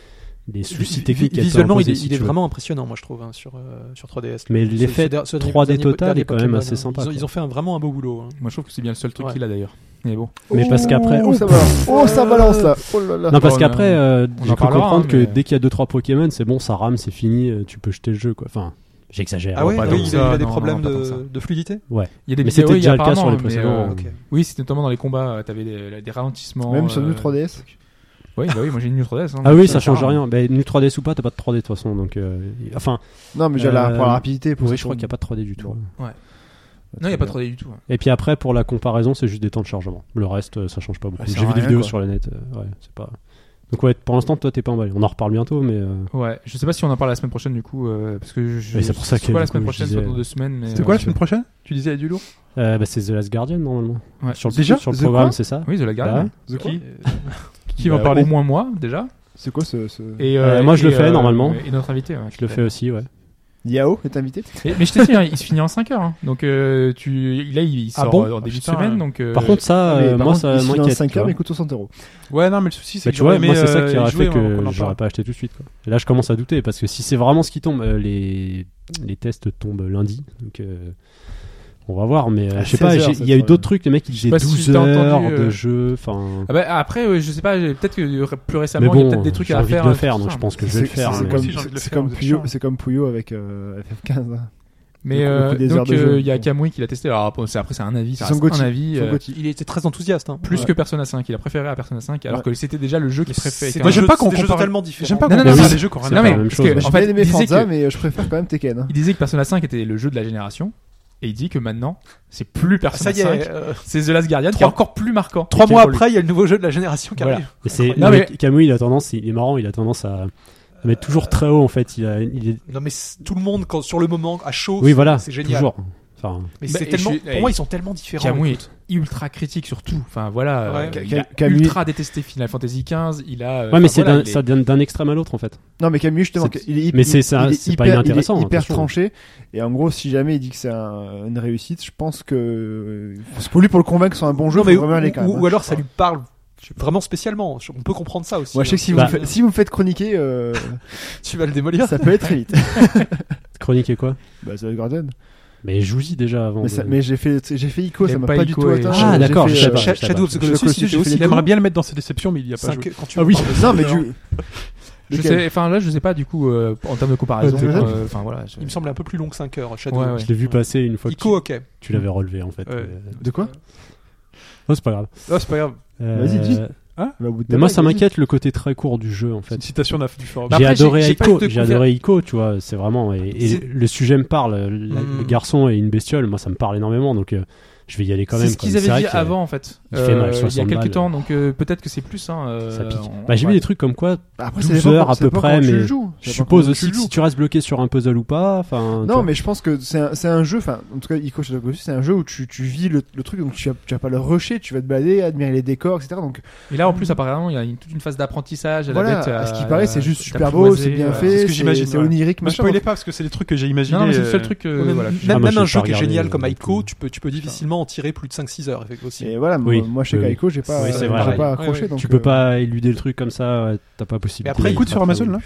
Speaker 3: les soucis
Speaker 1: Vi-
Speaker 3: techniques. qu'elles
Speaker 1: Visuellement,
Speaker 3: t'imposent,
Speaker 1: il est,
Speaker 3: si
Speaker 1: il
Speaker 3: tu
Speaker 1: est
Speaker 3: veux.
Speaker 1: vraiment impressionnant, moi je trouve, hein, sur, euh, sur 3DS.
Speaker 3: Mais
Speaker 1: Ce-
Speaker 3: l'effet
Speaker 1: ce der- ce
Speaker 3: 3D
Speaker 1: dernier-
Speaker 3: total
Speaker 1: dernier
Speaker 3: est quand même
Speaker 1: Pokémon,
Speaker 3: assez
Speaker 1: hein.
Speaker 3: sympa,
Speaker 1: Ils ont,
Speaker 3: quoi.
Speaker 1: ils ont fait un vraiment un beau boulot. hein.
Speaker 4: Moi, je trouve que c'est bien le seul truc
Speaker 1: Ouais.
Speaker 4: qu'il a d'ailleurs. Mais bon.
Speaker 3: Mais parce qu'après-
Speaker 2: Oh, ça balance. Oh, ça balance là. Oh là là.
Speaker 3: Non, parce
Speaker 4: on-
Speaker 3: qu'après,
Speaker 4: on
Speaker 3: euh,
Speaker 4: en
Speaker 3: j'ai cru
Speaker 4: parlera,
Speaker 3: comprendre
Speaker 4: hein,
Speaker 3: que
Speaker 4: mais-
Speaker 3: dès qu'il y a 2-3 Pokémon, c'est bon, ça rame, c'est fini, euh, tu peux jeter le jeu, quoi. Enfin, j'exagère.
Speaker 1: Ah ouais,
Speaker 4: pas
Speaker 1: oui,
Speaker 4: tant
Speaker 1: il,
Speaker 4: que
Speaker 1: a,
Speaker 4: ça,
Speaker 1: il a des
Speaker 4: non, non,
Speaker 1: problèmes
Speaker 4: pas tant que ça.
Speaker 1: de, de fluidité.
Speaker 4: Il y a des
Speaker 3: Mais
Speaker 4: vidéos,
Speaker 3: c'était
Speaker 4: oui,
Speaker 3: déjà le cas sur les
Speaker 4: apparemment, mais,
Speaker 3: précédents.
Speaker 4: euh,
Speaker 1: Ok.
Speaker 4: Oui, c'était notamment dans les combats, euh, t'avais des, des ralentissements.
Speaker 2: Même sur
Speaker 4: euh,
Speaker 2: New 3DS.
Speaker 4: Oui, bah oui, moi j'ai une New 3DS. hein,
Speaker 3: Ah
Speaker 4: donc
Speaker 3: oui,
Speaker 4: ça
Speaker 3: ça
Speaker 4: sert à
Speaker 3: change rien. Ben, nu 3D ou pas, t'as pas de 3D de toute façon. Donc, euh, y- enfin,
Speaker 2: Non, mais déjà la-
Speaker 3: Euh,
Speaker 2: pour la rapidité. Pour
Speaker 3: oui,
Speaker 2: ça,
Speaker 3: je crois qu'il n'y a pas de 3D du tout.
Speaker 2: Bon.
Speaker 4: Non, il n'y a pas de 3D du tout. hein.
Speaker 3: Et puis après, pour la comparaison, c'est juste des temps de chargement. Le reste, euh, ça change pas beaucoup.
Speaker 2: Ouais, ça
Speaker 3: J'ai
Speaker 2: sert
Speaker 3: vu
Speaker 2: à
Speaker 3: des
Speaker 2: rien,
Speaker 3: vidéos
Speaker 2: quoi.
Speaker 3: sur le net. euh, ouais, c'est pas. Donc ouais, pour l'instant, toi, t'es pas emballé. On en reparle bientôt, mais. euh,
Speaker 4: Ouais, je sais pas si on en parle la semaine prochaine du coup, euh, parce que je.
Speaker 3: Mais c'est pour ça
Speaker 4: je-
Speaker 3: que,
Speaker 4: Soit la
Speaker 3: du
Speaker 4: semaine
Speaker 3: coup, je
Speaker 4: prochaine,
Speaker 3: disais-
Speaker 4: soit dans deux semaines. mais,
Speaker 6: C'était quoi la
Speaker 4: euh,
Speaker 6: semaine prochaine Tu disais il y a du lourd
Speaker 3: Euh, bah, c'est The Last Guardian normalement.
Speaker 4: Ouais. Ah
Speaker 3: Sur le,
Speaker 6: Déjà
Speaker 3: sur le
Speaker 6: The
Speaker 3: programme,
Speaker 6: quoi
Speaker 3: c'est ça.
Speaker 4: Oui, de la
Speaker 3: Bah
Speaker 4: garde.
Speaker 3: ouais.
Speaker 6: The qui
Speaker 1: Euh,
Speaker 4: Qui
Speaker 6: Bah,
Speaker 4: va parler
Speaker 6: au
Speaker 4: Au moins moi, déjà.
Speaker 2: C'est quoi ce. ce-
Speaker 4: Et,
Speaker 3: Euh, moi, je le
Speaker 4: et,
Speaker 3: fais, normalement.
Speaker 4: Et notre invité. ouais,
Speaker 3: Je le fais aussi, ouais.
Speaker 2: Yao est invité
Speaker 4: Et- mais je t'ai dit, hein, il se finit en 5 heures. hein. Donc euh, tu, là, il sort
Speaker 1: Ah bon
Speaker 4: euh, en début
Speaker 6: putain,
Speaker 4: de semaine.
Speaker 6: euh.
Speaker 4: Donc, euh,
Speaker 3: Par contre, ça,
Speaker 2: Mais par
Speaker 3: euh, moi,
Speaker 2: contre, il
Speaker 3: ça
Speaker 2: se finit en
Speaker 3: m'inquiète.
Speaker 2: 5
Speaker 3: tu
Speaker 2: heures,
Speaker 3: vois.
Speaker 2: mais il coûte 60 euros.
Speaker 6: Ouais, non, mais le souci, c'est
Speaker 3: Bah,
Speaker 6: que
Speaker 3: tu vois,
Speaker 6: j'aurais
Speaker 3: moi,
Speaker 6: aimé,
Speaker 3: c'est ça qui
Speaker 6: euh,
Speaker 3: aurait
Speaker 6: y
Speaker 3: fait
Speaker 6: jouer, on- on en
Speaker 3: que
Speaker 6: parle.
Speaker 3: j'aurais pas acheté tout de suite. quoi. Et là, je commence à douter parce que si c'est vraiment ce qui tombe, euh, les, les tests tombent lundi. Donc, euh, on va voir. Mais euh,
Speaker 2: À
Speaker 3: je sais pas,
Speaker 2: 16 heures,
Speaker 3: j'ai-
Speaker 2: ça
Speaker 3: il y a eu
Speaker 2: serait-
Speaker 3: d'autres trucs. Les mecs, ils
Speaker 4: Je sais
Speaker 3: disaient
Speaker 4: pas si
Speaker 3: 12
Speaker 4: t'as entendu,
Speaker 3: heures de
Speaker 4: euh,
Speaker 3: jeu. Enfin.
Speaker 4: Ah bah, après, euh, je sais pas, j'ai- peut-être que euh, plus
Speaker 3: mais
Speaker 4: récemment, il y
Speaker 3: bon,
Speaker 4: a peut-être des trucs
Speaker 3: j'ai
Speaker 4: à
Speaker 3: envie
Speaker 4: faire.
Speaker 3: de le
Speaker 4: euh,
Speaker 3: faire,
Speaker 4: tout
Speaker 3: donc
Speaker 4: ça.
Speaker 3: je pense que je vais le
Speaker 2: C'est-
Speaker 3: faire.
Speaker 2: c'est
Speaker 3: mais-
Speaker 2: comme-
Speaker 6: J'ai envie de le
Speaker 2: C'est
Speaker 6: faire,
Speaker 2: comme
Speaker 6: vous êtes
Speaker 2: Puyo-
Speaker 6: chiant.
Speaker 2: c'est comme Puyo avec euh, FF15. hein.
Speaker 4: Mais
Speaker 2: Le coup- le coup
Speaker 4: euh,
Speaker 2: des heures
Speaker 4: donc,
Speaker 2: de jeu.
Speaker 4: euh, il y a Kamui qui l'a testé. Alors bon, c'est- après, c'est un avis. Ça
Speaker 2: Son
Speaker 4: reste
Speaker 2: Gotti.
Speaker 4: un avis.
Speaker 2: Son
Speaker 4: euh,
Speaker 2: Gotti.
Speaker 1: Il était très enthousiaste. hein.
Speaker 4: plus que Persona 5, il a préféré à Persona 5 alors
Speaker 2: Ouais.
Speaker 4: que c'était déjà le jeu qui préféré.
Speaker 1: C'est
Speaker 6: Moi,
Speaker 1: des
Speaker 6: j'aime
Speaker 1: jeux-
Speaker 6: pas
Speaker 1: c'est
Speaker 6: qu'on
Speaker 1: des jeux
Speaker 6: compare-
Speaker 1: totalement différents.
Speaker 6: J'aime pas
Speaker 4: Non,
Speaker 6: qu'on
Speaker 4: non, non,
Speaker 6: compare
Speaker 4: c'est-
Speaker 6: des jeux qui ont
Speaker 3: c'est
Speaker 6: rien
Speaker 4: Non
Speaker 6: à
Speaker 3: pas
Speaker 4: mais
Speaker 3: la
Speaker 6: faire.
Speaker 3: même
Speaker 4: parce
Speaker 3: chose,
Speaker 4: que,
Speaker 3: mais
Speaker 2: J'ai
Speaker 4: en
Speaker 2: bien
Speaker 4: fait, il
Speaker 2: aimé
Speaker 4: disait
Speaker 2: Forza,
Speaker 4: que-
Speaker 2: mais je préfère quand même Tekken. hein.
Speaker 4: il disait que Persona 5 était le jeu de la génération et il dit que maintenant c'est plus
Speaker 2: Ah,
Speaker 4: Persona
Speaker 1: Ça y est,
Speaker 4: 5,
Speaker 1: euh,
Speaker 4: c'est The Last Guardian qui est
Speaker 1: Trois-
Speaker 4: encore plus marquant.
Speaker 1: trois mois
Speaker 4: Évolue.
Speaker 1: après, il y a le nouveau jeu de la génération qui
Speaker 4: Voilà.
Speaker 1: arrive.
Speaker 3: Mais c'est
Speaker 4: Non,
Speaker 3: non,
Speaker 4: mais-
Speaker 3: mais Camus, il a tendance, il est marrant, il a tendance à à mettre toujours très haut en fait. Il a, il est-
Speaker 1: Non mais c'est- tout le monde quand sur le moment à chaud,
Speaker 3: oui, voilà,
Speaker 1: c'est génial.
Speaker 3: toujours. Enfin,
Speaker 1: Mais
Speaker 4: Bah,
Speaker 1: c'est
Speaker 4: et
Speaker 1: tellement,
Speaker 4: je suis-
Speaker 1: pour moi ils sont tellement différents.
Speaker 4: Kamui est ultra critique sur tout. Enfin voilà,
Speaker 1: Ouais.
Speaker 4: euh, il
Speaker 2: Ca-
Speaker 4: a
Speaker 2: Kamui-
Speaker 4: ultra détesté Final Fantasy 15, il a euh,
Speaker 3: ouais, mais
Speaker 4: enfin,
Speaker 3: c'est
Speaker 4: voilà,
Speaker 3: d'un-
Speaker 4: il est-
Speaker 3: ça vient d'un extrême à l'autre en fait.
Speaker 2: Non, mais Camus, justement,
Speaker 3: C'est-
Speaker 2: il est,
Speaker 3: mais
Speaker 2: il-
Speaker 3: c'est- ça-
Speaker 2: il est
Speaker 3: c'est
Speaker 2: hyper,
Speaker 3: pas
Speaker 2: il est
Speaker 3: inintéressant,
Speaker 2: hyper
Speaker 3: attention.
Speaker 2: tranché. Et en gros, si jamais il dit que c'est un- une réussite, je pense que. Parce que pour lui, pour le convaincre sur un bon jeu,
Speaker 1: Non,
Speaker 2: faut
Speaker 1: mais ou,
Speaker 2: vraiment aller quand même.
Speaker 1: ou-
Speaker 2: hein.
Speaker 1: ou alors ça lui parle vraiment spécialement. Je- On peut comprendre ça aussi.
Speaker 2: Moi, je sais que si,
Speaker 3: Bah.
Speaker 2: vous, me faites- si vous me faites chroniquer, euh,
Speaker 1: tu vas le démolir.
Speaker 2: ça peut être très vite.
Speaker 3: Chronique et quoi
Speaker 2: bah, The Guardian.
Speaker 3: Mais jouis déjà avant.
Speaker 2: Mais,
Speaker 3: de-
Speaker 2: ça- mais j'ai fait, j'ai fait Ico,
Speaker 4: J'aime
Speaker 2: ça m'a
Speaker 4: pas
Speaker 2: pas, du
Speaker 4: Ico
Speaker 2: tout
Speaker 4: et-
Speaker 2: atteint.
Speaker 3: Ah,
Speaker 2: J'ai
Speaker 3: d'accord,
Speaker 2: fait,
Speaker 3: je sais
Speaker 2: euh,
Speaker 3: pas.
Speaker 1: Sha- Shadow of the Colossus,
Speaker 2: Colossus,
Speaker 1: il est aussi
Speaker 2: il est
Speaker 6: J'aimerais bien le mettre dans ses déceptions, mais il y a pas
Speaker 1: cinq-
Speaker 6: joué.
Speaker 1: quand tu
Speaker 3: Ah oui.
Speaker 1: parles de
Speaker 2: Non,
Speaker 1: cinq
Speaker 2: mais
Speaker 1: heures,
Speaker 2: du.
Speaker 4: Je
Speaker 2: Lequel
Speaker 4: sais, enfin là je sais pas du coup euh, en termes de comparaison.
Speaker 2: Ouais, t'es-
Speaker 4: euh, Enfin voilà. je-
Speaker 1: Il me semble un peu plus long que 5 heures. Shadow.
Speaker 4: Ouais, ouais.
Speaker 3: Je l'ai vu passer une fois que
Speaker 1: Ico, ok.
Speaker 3: tu, tu l'avais relevé en fait.
Speaker 1: Ouais.
Speaker 3: Euh,
Speaker 2: De quoi
Speaker 3: Non, c'est pas grave.
Speaker 6: Ah, c'est pas grave.
Speaker 3: Euh,
Speaker 2: Vas-y, dis. Bah, au bout de ta
Speaker 3: Mais moi,
Speaker 2: blague,
Speaker 3: ça
Speaker 2: vas-y.
Speaker 3: m'inquiète le côté très court du jeu en
Speaker 6: C'est une
Speaker 3: fait.
Speaker 6: citation d'un- du forum.
Speaker 4: Bah,
Speaker 3: J'ai
Speaker 4: après, j'ai-
Speaker 3: adoré
Speaker 4: j'ai pas
Speaker 3: Ico,
Speaker 4: de
Speaker 3: j'ai
Speaker 4: couvert-
Speaker 3: adoré Ico, tu vois, c'est vraiment. Et, et
Speaker 1: C'est-
Speaker 3: le sujet me parle. la-
Speaker 1: Hmm.
Speaker 3: Le garçon est une bestiole, moi ça me parle énormément, donc euh, je vais y aller quand
Speaker 4: C'est
Speaker 3: même.
Speaker 4: ce
Speaker 3: quoi.
Speaker 4: qu'ils
Speaker 3: Mais
Speaker 4: avaient
Speaker 3: vrai
Speaker 4: dit
Speaker 3: que-
Speaker 4: avant en fait.
Speaker 3: il fait mal,
Speaker 4: Euh, il y a
Speaker 3: 60
Speaker 4: quelques
Speaker 3: balles.
Speaker 4: temps, donc euh, peut-être que c'est plus. hein, euh,
Speaker 3: Ça pique.
Speaker 4: on-
Speaker 3: Bah, j'ai
Speaker 4: ouais.
Speaker 3: vu des trucs comme quoi
Speaker 2: Après, ça
Speaker 3: 12
Speaker 2: dépend-
Speaker 3: heures à
Speaker 2: ça dépend
Speaker 3: peu près,
Speaker 2: comment tu le
Speaker 3: mais
Speaker 2: joues.
Speaker 3: Je
Speaker 2: Ça dépend comment
Speaker 3: suppose
Speaker 2: tu
Speaker 3: aussi
Speaker 2: le
Speaker 3: que
Speaker 2: joues.
Speaker 3: si tu restes bloqué sur un puzzle ou pas, enfin. tu
Speaker 2: Non,
Speaker 3: vois.
Speaker 2: mais je pense que c'est un, c'est un jeu, enfin, en tout cas, Ico Shadow of the Colossus, c'est un jeu où tu, tu vis le, le truc, donc tu vas, tu vas pas le rusher, tu vas te balader, admirer les décors, etc. Donc,
Speaker 4: Et là, en plus, apparemment, il y a une- toute une phase d'apprentissage. à la
Speaker 2: voilà,
Speaker 4: bête,
Speaker 2: à ce qui
Speaker 4: euh,
Speaker 2: paraît, c'est juste
Speaker 4: euh,
Speaker 2: super beau,
Speaker 4: d'apprivoiser,
Speaker 2: c'est bien
Speaker 4: euh,
Speaker 2: fait,
Speaker 6: ce que
Speaker 2: c'est-
Speaker 6: j'imagine,
Speaker 2: c'est
Speaker 6: ouais.
Speaker 2: onirique,
Speaker 6: Ne
Speaker 2: machin.
Speaker 6: spoilez
Speaker 2: donc-
Speaker 6: pas parce que c'est des trucs que j'ai imaginés.
Speaker 4: Non, non, mais c'est le
Speaker 6: euh,
Speaker 4: seul truc. euh,
Speaker 1: Même,
Speaker 4: voilà, que
Speaker 1: même-
Speaker 3: Ah, moi,
Speaker 1: même
Speaker 3: j'ai
Speaker 1: un
Speaker 3: pas
Speaker 1: jeu qui est
Speaker 3: regardé,
Speaker 1: génial
Speaker 3: euh,
Speaker 1: comme Ico,
Speaker 3: tout.
Speaker 1: tu peux, tu peux difficilement en tirer plus de 5-6 heures, effectivement. aussi.
Speaker 2: Mais voilà,
Speaker 3: Oui.
Speaker 2: moi- moi, chez
Speaker 3: Oui.
Speaker 2: Ico, j'ai pas,
Speaker 1: Oui,
Speaker 2: j'ai
Speaker 1: c'est
Speaker 2: pas
Speaker 1: vrai. Ouais.
Speaker 2: accroché.
Speaker 1: Ouais.
Speaker 2: donc,
Speaker 3: tu
Speaker 2: euh,
Speaker 3: peux pas éluder le truc comme ça, ouais, t'as pas possibilité.
Speaker 1: Mais après,
Speaker 3: Il est
Speaker 6: Écoute
Speaker 3: pas
Speaker 6: sur
Speaker 3: très
Speaker 6: Amazon,
Speaker 3: bon.
Speaker 6: là.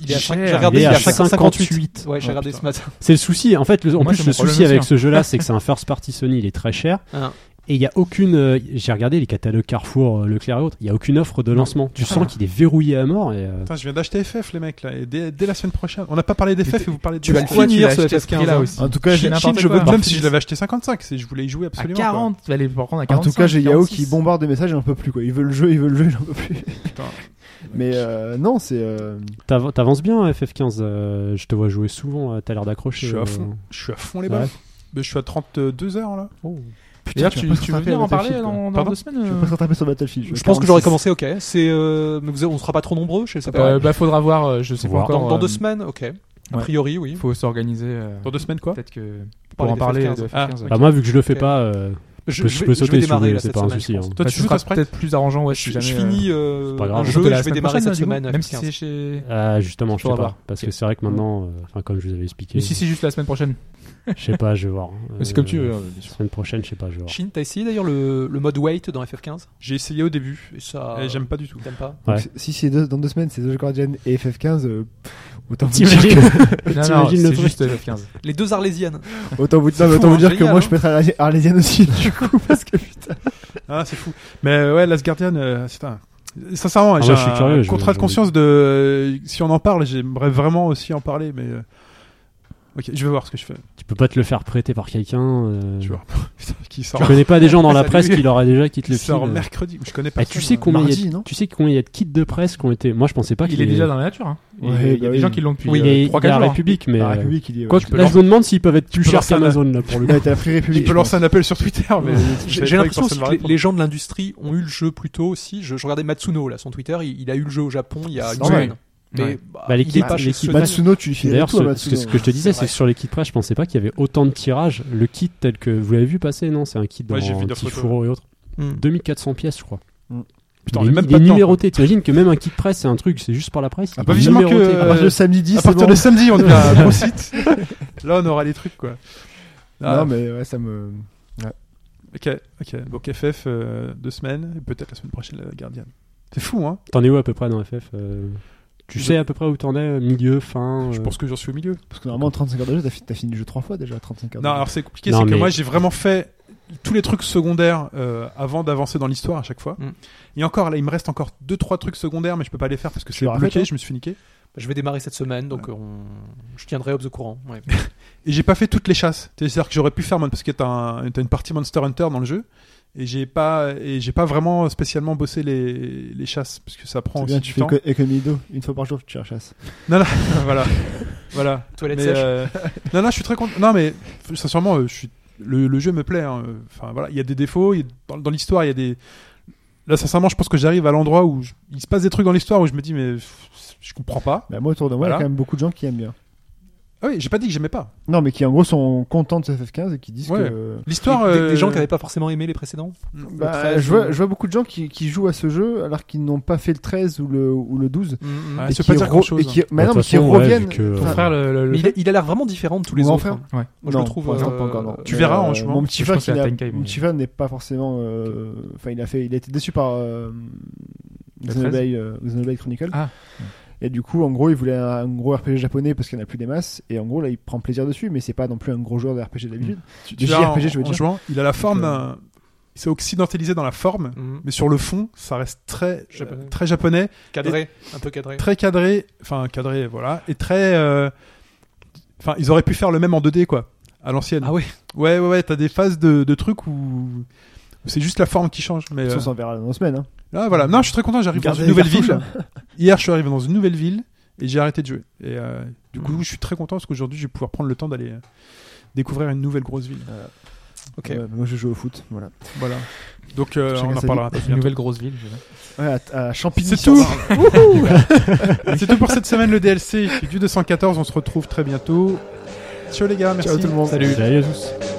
Speaker 1: Il est à
Speaker 4: Cher.
Speaker 1: 5 j'ai regardé,
Speaker 3: Il est à
Speaker 1: 58.
Speaker 3: 58.
Speaker 1: Ouais, j'ai
Speaker 6: Ah,
Speaker 1: regardé ce matin.
Speaker 3: C'est le souci. En fait, le- en
Speaker 4: Moi, c'est
Speaker 3: plus,
Speaker 4: mon
Speaker 3: le souci
Speaker 4: problème
Speaker 3: avec
Speaker 4: aussi,
Speaker 3: ce jeu-là, c'est que c'est un first party Sony, il est très cher.
Speaker 1: Hein.
Speaker 3: Et il y a aucune. euh, J'ai regardé les catalogues Carrefour, euh, Leclerc et autres. Il y a aucune offre de lancement. Tu sens qu'il est verrouillé à mort. Et, euh,
Speaker 6: Putain, je viens d'acheter FF, les mecs, là. Et dès, dès la semaine prochaine. On n'a pas parlé d'FF et vous parlez de
Speaker 1: tu vas le
Speaker 6: Pourquoi
Speaker 1: finir,
Speaker 6: tu l'as
Speaker 1: ce
Speaker 6: acheté à
Speaker 1: FF15,
Speaker 6: prix-là
Speaker 1: hein.
Speaker 6: aussi
Speaker 2: En tout cas, j'ai-
Speaker 4: Chine,
Speaker 6: Chine,
Speaker 4: n'importe
Speaker 6: je
Speaker 4: quoi.
Speaker 6: veux
Speaker 4: Bah,
Speaker 6: même si
Speaker 4: finir.
Speaker 6: je l'avais acheté 55, c'est je voulais y
Speaker 4: À
Speaker 6: jouer absolument. quoi.
Speaker 4: 40, tu vas les prendre à
Speaker 2: en
Speaker 4: 40.
Speaker 2: tout cas, j'ai Yao qui bombarde des messages, j'en peux plus, quoi. Il veut le jeu, il veut le jeu, j'en peux plus.
Speaker 6: Putain.
Speaker 2: Mais euh, non, c'est. euh,
Speaker 3: t'av- T'avances bien, hein, FF15. euh, je te vois jouer souvent. euh, T'as l'air
Speaker 6: Je
Speaker 3: d'accrocher.
Speaker 6: suis à
Speaker 3: euh,
Speaker 6: fond. Je suis à fond les
Speaker 3: Ouais.
Speaker 6: balles. Mais je suis à 32 heures là.
Speaker 3: oh.
Speaker 4: D'ailleurs,
Speaker 2: tu
Speaker 4: tu,
Speaker 2: vas pas
Speaker 4: tu
Speaker 2: te
Speaker 4: veux
Speaker 2: rattraper
Speaker 4: venir
Speaker 2: à
Speaker 4: en parler
Speaker 2: Battlefield,
Speaker 4: dans, dans
Speaker 6: Pardon
Speaker 4: deux semaines
Speaker 2: Je
Speaker 4: euh
Speaker 2: vais pas se rattraper sur Battlefield.
Speaker 1: Je pense que j'aurais
Speaker 2: 46.
Speaker 1: commencé, ok. C'est, euh, mais vous- on sera pas trop nombreux, je sais pas.
Speaker 4: Euh, Bah, faudra voir. euh, Je sais pas
Speaker 3: Voir.
Speaker 4: encore.
Speaker 1: dans, dans
Speaker 4: euh,
Speaker 1: deux semaines, ok. A priori, oui.
Speaker 4: Il faut s'organiser. euh,
Speaker 6: Dans deux semaines quoi
Speaker 4: Peut-être que
Speaker 1: Pour
Speaker 4: pour en
Speaker 1: parler
Speaker 4: parler
Speaker 1: des
Speaker 4: de
Speaker 1: FF15.
Speaker 4: FF15. ouais.
Speaker 3: Bah, moi, vu que je le fais
Speaker 1: Ok.
Speaker 3: pas, euh, je, peux- je peux sauter
Speaker 1: vais- vais
Speaker 3: si vous
Speaker 1: démarrer
Speaker 3: voulez.
Speaker 1: là,
Speaker 3: C'est
Speaker 1: cette
Speaker 3: pas un
Speaker 1: semaine,
Speaker 3: souci.
Speaker 1: je
Speaker 3: hein.
Speaker 1: pense.
Speaker 6: Toi,
Speaker 4: Bah,
Speaker 6: tu
Speaker 4: ce
Speaker 6: joues
Speaker 4: sera
Speaker 6: à Sprite
Speaker 4: peut-être plus arrangeant. Ouais, si
Speaker 1: Je, je
Speaker 4: jamais, euh,
Speaker 1: finis euh,
Speaker 3: pas grave.
Speaker 1: un
Speaker 4: on
Speaker 1: jeu
Speaker 4: te la
Speaker 1: que je vais
Speaker 4: semaine
Speaker 1: démarrer
Speaker 4: prochaine,
Speaker 1: cette
Speaker 4: du coup
Speaker 1: semaine. hein.
Speaker 4: Même si c'est
Speaker 1: FF15.
Speaker 4: chez.
Speaker 3: Ah, justement, je sais
Speaker 4: Faudra
Speaker 3: pas.
Speaker 4: voir.
Speaker 3: Parce que
Speaker 4: Ok.
Speaker 3: c'est vrai que maintenant, euh, enfin, comme je vous avais expliqué,
Speaker 4: Mais si c'est juste la semaine prochaine.
Speaker 3: je sais pas, je vais voir.
Speaker 4: Mais C'est comme
Speaker 3: Euh,
Speaker 4: tu veux. hein,
Speaker 3: Semaine prochaine, je sais pas, je vais voir.
Speaker 1: Shin, t'as essayé d'ailleurs le, le mode wait dans FF15
Speaker 6: J'ai essayé au début.
Speaker 1: Et ça.
Speaker 6: Et j'aime pas du tout.
Speaker 1: T'aimes Eh, pas
Speaker 2: Donc,
Speaker 3: Ouais.
Speaker 2: c'est- Si c'est deux- dans deux semaines, c'est The Guardian et FF15, euh, autant vous dire
Speaker 3: T'imagines
Speaker 4: Non, non,
Speaker 3: T'imagines le
Speaker 4: c'est
Speaker 3: truc
Speaker 4: juste FF15.
Speaker 1: Les deux Arlésiennes.
Speaker 2: Autant vous,
Speaker 1: C'est
Speaker 2: non, mais
Speaker 1: fou,
Speaker 2: autant vous
Speaker 1: hein,
Speaker 2: dire que
Speaker 1: génial,
Speaker 2: moi
Speaker 1: hein.
Speaker 2: je pèterai la- Arlésienne aussi, du coup, parce que putain.
Speaker 6: Ah, c'est fou. Mais euh, ouais, Last Guardian, euh, c'est un. Sincèrement,
Speaker 3: Ah,
Speaker 6: j'ai
Speaker 3: moi, je suis
Speaker 6: un
Speaker 3: curieux, je-
Speaker 6: contrat de
Speaker 3: j'ai
Speaker 6: conscience de. Si on en parle, j'aimerais vraiment aussi en parler, mais. euh, Ok, je vais voir ce que je fais.
Speaker 3: Tu peux pas te le faire prêter par quelqu'un. euh,
Speaker 6: Je vais voir. Putain, qui sort,
Speaker 3: Tu connais pas des gens dans la
Speaker 6: Salut.
Speaker 3: presse qui l'auraient déjà qui te
Speaker 6: qui
Speaker 3: le
Speaker 6: sort
Speaker 3: filent.
Speaker 6: mercredi. Je connais pas.
Speaker 3: Eh, tu sais combien il y
Speaker 2: Mardi,
Speaker 3: a,
Speaker 2: non
Speaker 3: tu sais combien il y a de kits de presse qui ont été. Moi, je pensais pas qu'il
Speaker 4: Il est déjà dans la nature. hein. Il
Speaker 2: Ouais,
Speaker 4: il y
Speaker 2: bah
Speaker 4: a des
Speaker 2: oui.
Speaker 4: gens qui l'ont depuis
Speaker 3: Oui, euh, il est il est à
Speaker 4: 3-4
Speaker 3: la
Speaker 4: jours. hein.
Speaker 3: République, mais.
Speaker 2: La
Speaker 3: euh,
Speaker 2: République, il est.
Speaker 3: quoi,
Speaker 2: ouais.
Speaker 3: tu- là, je me demande s'ils peuvent être plus
Speaker 6: peux
Speaker 3: chers
Speaker 6: lancer un-
Speaker 3: qu'Amazon là pour le coup.
Speaker 2: Ouais, t'as la Free République.
Speaker 6: Il peut
Speaker 2: je
Speaker 6: lancer un appel sur Twitter, mais.
Speaker 1: J'ai j'ai l'impression aussi que les, les gens de l'industrie ont eu le jeu plus tôt aussi. Je, je regardais Matsuno, là, son Twitter, il, il a eu le jeu au Japon il y a une
Speaker 2: Ouais.
Speaker 1: semaine.
Speaker 2: pense.
Speaker 1: Mais
Speaker 4: Ouais.
Speaker 1: bah,
Speaker 3: Bah, les
Speaker 1: il est
Speaker 3: kits-
Speaker 1: pas
Speaker 3: les
Speaker 1: chez
Speaker 3: kits
Speaker 1: Sony.
Speaker 2: Matsuno, tu lui
Speaker 3: Et
Speaker 2: files
Speaker 3: D'ailleurs,
Speaker 2: tout à
Speaker 3: ce, ce
Speaker 2: Matsuno.
Speaker 3: que, ce que je te disais,
Speaker 1: C'est
Speaker 3: c'est que
Speaker 1: vrai.
Speaker 3: sur les kits presse, je pensais pas qu'il y avait autant de tirages. Le kit tel que vous l'avez vu passer, non C'est un kit dans
Speaker 6: Ouais, j'ai vu
Speaker 3: un
Speaker 6: des
Speaker 3: petit
Speaker 6: photos.
Speaker 3: fourreau et autres.
Speaker 1: Hmm.
Speaker 3: 2400 pièces, je crois.
Speaker 6: Putain, on
Speaker 3: il
Speaker 6: est
Speaker 3: est,
Speaker 6: même
Speaker 3: il
Speaker 6: pas
Speaker 3: est
Speaker 6: dedans,
Speaker 3: numéroté. T'imagines que même un kit presse, c'est un truc, c'est juste par la presse.
Speaker 6: Ah,
Speaker 3: il
Speaker 6: bah,
Speaker 3: est
Speaker 6: visuellement
Speaker 3: numéroté,
Speaker 6: que-
Speaker 2: À
Speaker 3: quoi.
Speaker 2: partir de samedi 10,
Speaker 6: À
Speaker 2: c'est
Speaker 6: partir
Speaker 2: bon.
Speaker 6: de samedi, on est à gros site. Là, on aura les trucs, quoi. Ah,
Speaker 2: Non, mais ouais, ça me.
Speaker 6: Ok, ok. Donc FF, euh, deux semaines, et peut-être la semaine prochaine, la gardienne. C'est fou, hein
Speaker 3: T'en es où à peu près dans FF euh, Tu
Speaker 6: Je-
Speaker 3: sais à peu près où t'en es, euh, milieu, fin.
Speaker 6: Je
Speaker 3: euh,
Speaker 6: pense que j'en suis au milieu.
Speaker 2: Parce que normalement, en 35 heures de jeu, t'as fi- t'as fini le jeu 3 fois déjà, 35 heures de
Speaker 6: Non,
Speaker 2: jeu.
Speaker 6: alors c'est compliqué,
Speaker 3: Non,
Speaker 6: c'est que
Speaker 3: mais-
Speaker 6: moi j'ai vraiment fait tous les trucs secondaires euh, avant d'avancer dans l'histoire à chaque fois.
Speaker 1: Mm.
Speaker 6: Et encore, là, il me reste encore deux trois trucs secondaires, mais je peux pas les faire parce que c'est
Speaker 2: le refais,
Speaker 6: bloqué,
Speaker 2: toi
Speaker 6: je me suis fait niquer.
Speaker 1: Je vais démarrer cette semaine, donc euh, on- je tiendrai Hobbs au courant. ouais.
Speaker 6: Et j'ai pas fait toutes les chasses. C'est-à-dire que j'aurais pu faire, mon- parce que t'as un- t'as une partie Monster Hunter dans le jeu, et j'ai pas, et j'ai pas vraiment spécialement bossé les, les chasses, parce que ça prend
Speaker 2: C'est
Speaker 6: aussi
Speaker 2: bien,
Speaker 6: du
Speaker 2: tu fais
Speaker 6: temps.
Speaker 2: que- Economido, une fois par jour, tu chasses.
Speaker 6: voilà. voilà.
Speaker 1: Toilette
Speaker 6: Mais,
Speaker 1: sèche.
Speaker 6: euh, non, non, je suis très content. Non, mais f- sincèrement, euh, je suis... le, le jeu me plaît. hein. Enfin, voilà, il y a des défauts. il y a- Dans, dans l'histoire, il y a des. Là, sincèrement, je pense que j'arrive à l'endroit où je- il se passe des trucs dans l'histoire où je me dis, mais pff, je comprends pas.
Speaker 2: Bah, moi, autour de moi, il y a
Speaker 6: Voilà.
Speaker 2: quand même beaucoup de gens qui aiment bien.
Speaker 6: Ah oui, j'ai pas dit que j'aimais pas.
Speaker 2: Non, mais qui en gros sont contents de ce FF15 et qui disent
Speaker 6: Ouais.
Speaker 2: que.
Speaker 6: L'histoire.
Speaker 1: Des-
Speaker 6: euh,
Speaker 1: Des gens qui n'avaient pas forcément aimé les précédents.
Speaker 2: Bah,
Speaker 1: Le 13,
Speaker 2: je, vois,
Speaker 1: ou-
Speaker 2: je vois beaucoup de gens qui, qui jouent à ce jeu alors qu'ils n'ont pas fait le 13 ou le, ou le 12.
Speaker 6: ouais,
Speaker 2: Mm. et
Speaker 6: Ah, ça veut
Speaker 2: qui
Speaker 6: pas dire hein.
Speaker 2: re-
Speaker 6: grand chose.
Speaker 2: et qui- mais
Speaker 3: Bah,
Speaker 2: non,
Speaker 3: de
Speaker 2: mais
Speaker 3: toute
Speaker 2: qui
Speaker 3: façon, ouais,
Speaker 2: reviennent.
Speaker 3: vu que-
Speaker 2: Ton
Speaker 4: Ton
Speaker 3: Ouais.
Speaker 4: frère, le. le-
Speaker 1: Mais il a, il a l'air vraiment différent de tous les
Speaker 2: Mon
Speaker 1: autres.
Speaker 2: frère.
Speaker 1: hein.
Speaker 4: Ouais.
Speaker 1: Moi, je
Speaker 2: Non,
Speaker 1: le trouve.
Speaker 2: pour l'instant,
Speaker 1: euh,
Speaker 2: pas encore, non.
Speaker 6: Tu verras, hein, je
Speaker 2: Mon
Speaker 6: pense.
Speaker 2: petit
Speaker 4: Je
Speaker 2: frère,
Speaker 4: pense
Speaker 2: qui
Speaker 4: à
Speaker 2: n'a-
Speaker 4: Tenkai,
Speaker 2: mon
Speaker 4: mais-
Speaker 2: petit frère n'est pas forcément. euh, Enfin, il a fait, il a été déçu par euh,
Speaker 4: Le
Speaker 2: Xenoblade, euh, Xenoblade Chronicle.
Speaker 4: Ah.
Speaker 2: Et du coup, en gros, il voulait un, un gros RPG japonais parce qu'il n'y en a plus des masses. Et en gros, là, il prend plaisir dessus, mais c'est pas non plus un gros joueur de RPG d'habitude.
Speaker 6: Tu-
Speaker 2: de
Speaker 6: tu verras,
Speaker 2: JRPG,
Speaker 6: en-
Speaker 2: je veux
Speaker 6: en
Speaker 2: dire.
Speaker 6: jouant, il a la forme
Speaker 2: euh,
Speaker 6: d'un. Il s'est occidentalisé dans la forme,
Speaker 1: Mhm.
Speaker 6: mais sur le fond, ça reste très, euh,
Speaker 1: Japonais.
Speaker 6: très japonais.
Speaker 1: Cadré, un peu cadré.
Speaker 6: très cadré, enfin cadré, voilà, et très. euh, Enfin, ils auraient pu faire le même en 2D, quoi, à l'ancienne.
Speaker 1: Ah ouais.
Speaker 6: Ouais, ouais, ouais, t'as des phases de, de trucs où, où c'est juste la forme qui change. Mais
Speaker 2: De toute
Speaker 6: euh,
Speaker 2: façon, on s'en verra dans une semaine. hein.
Speaker 6: là, voilà. Non, je suis très content, j'arrive dans
Speaker 2: Gardez
Speaker 6: une
Speaker 2: les
Speaker 6: nouvelle
Speaker 2: cartouches,
Speaker 6: ville. Hier, je suis arrivé dans une nouvelle ville et j'ai arrêté de jouer. Et euh, du coup,
Speaker 2: Hmm.
Speaker 1: Mm.
Speaker 6: je suis très content parce qu'aujourd'hui, je vais pouvoir prendre le temps d'aller euh, découvrir une nouvelle grosse ville.
Speaker 1: Ok.
Speaker 2: Ouais, moi, je joue au foot. Voilà.
Speaker 6: Voilà. Donc, euh,
Speaker 2: Chacun
Speaker 6: on en
Speaker 2: sa
Speaker 6: parlera.
Speaker 4: Une nouvelle grosse ville. je sais
Speaker 2: Ouais, à, à Champigny.
Speaker 6: C'est
Speaker 2: sur-
Speaker 6: tout. C'est tout pour cette semaine, le DLC du 214. On se retrouve très bientôt. Ciao les gars, merci.
Speaker 2: Ciao tout le monde.
Speaker 3: Salut à tous.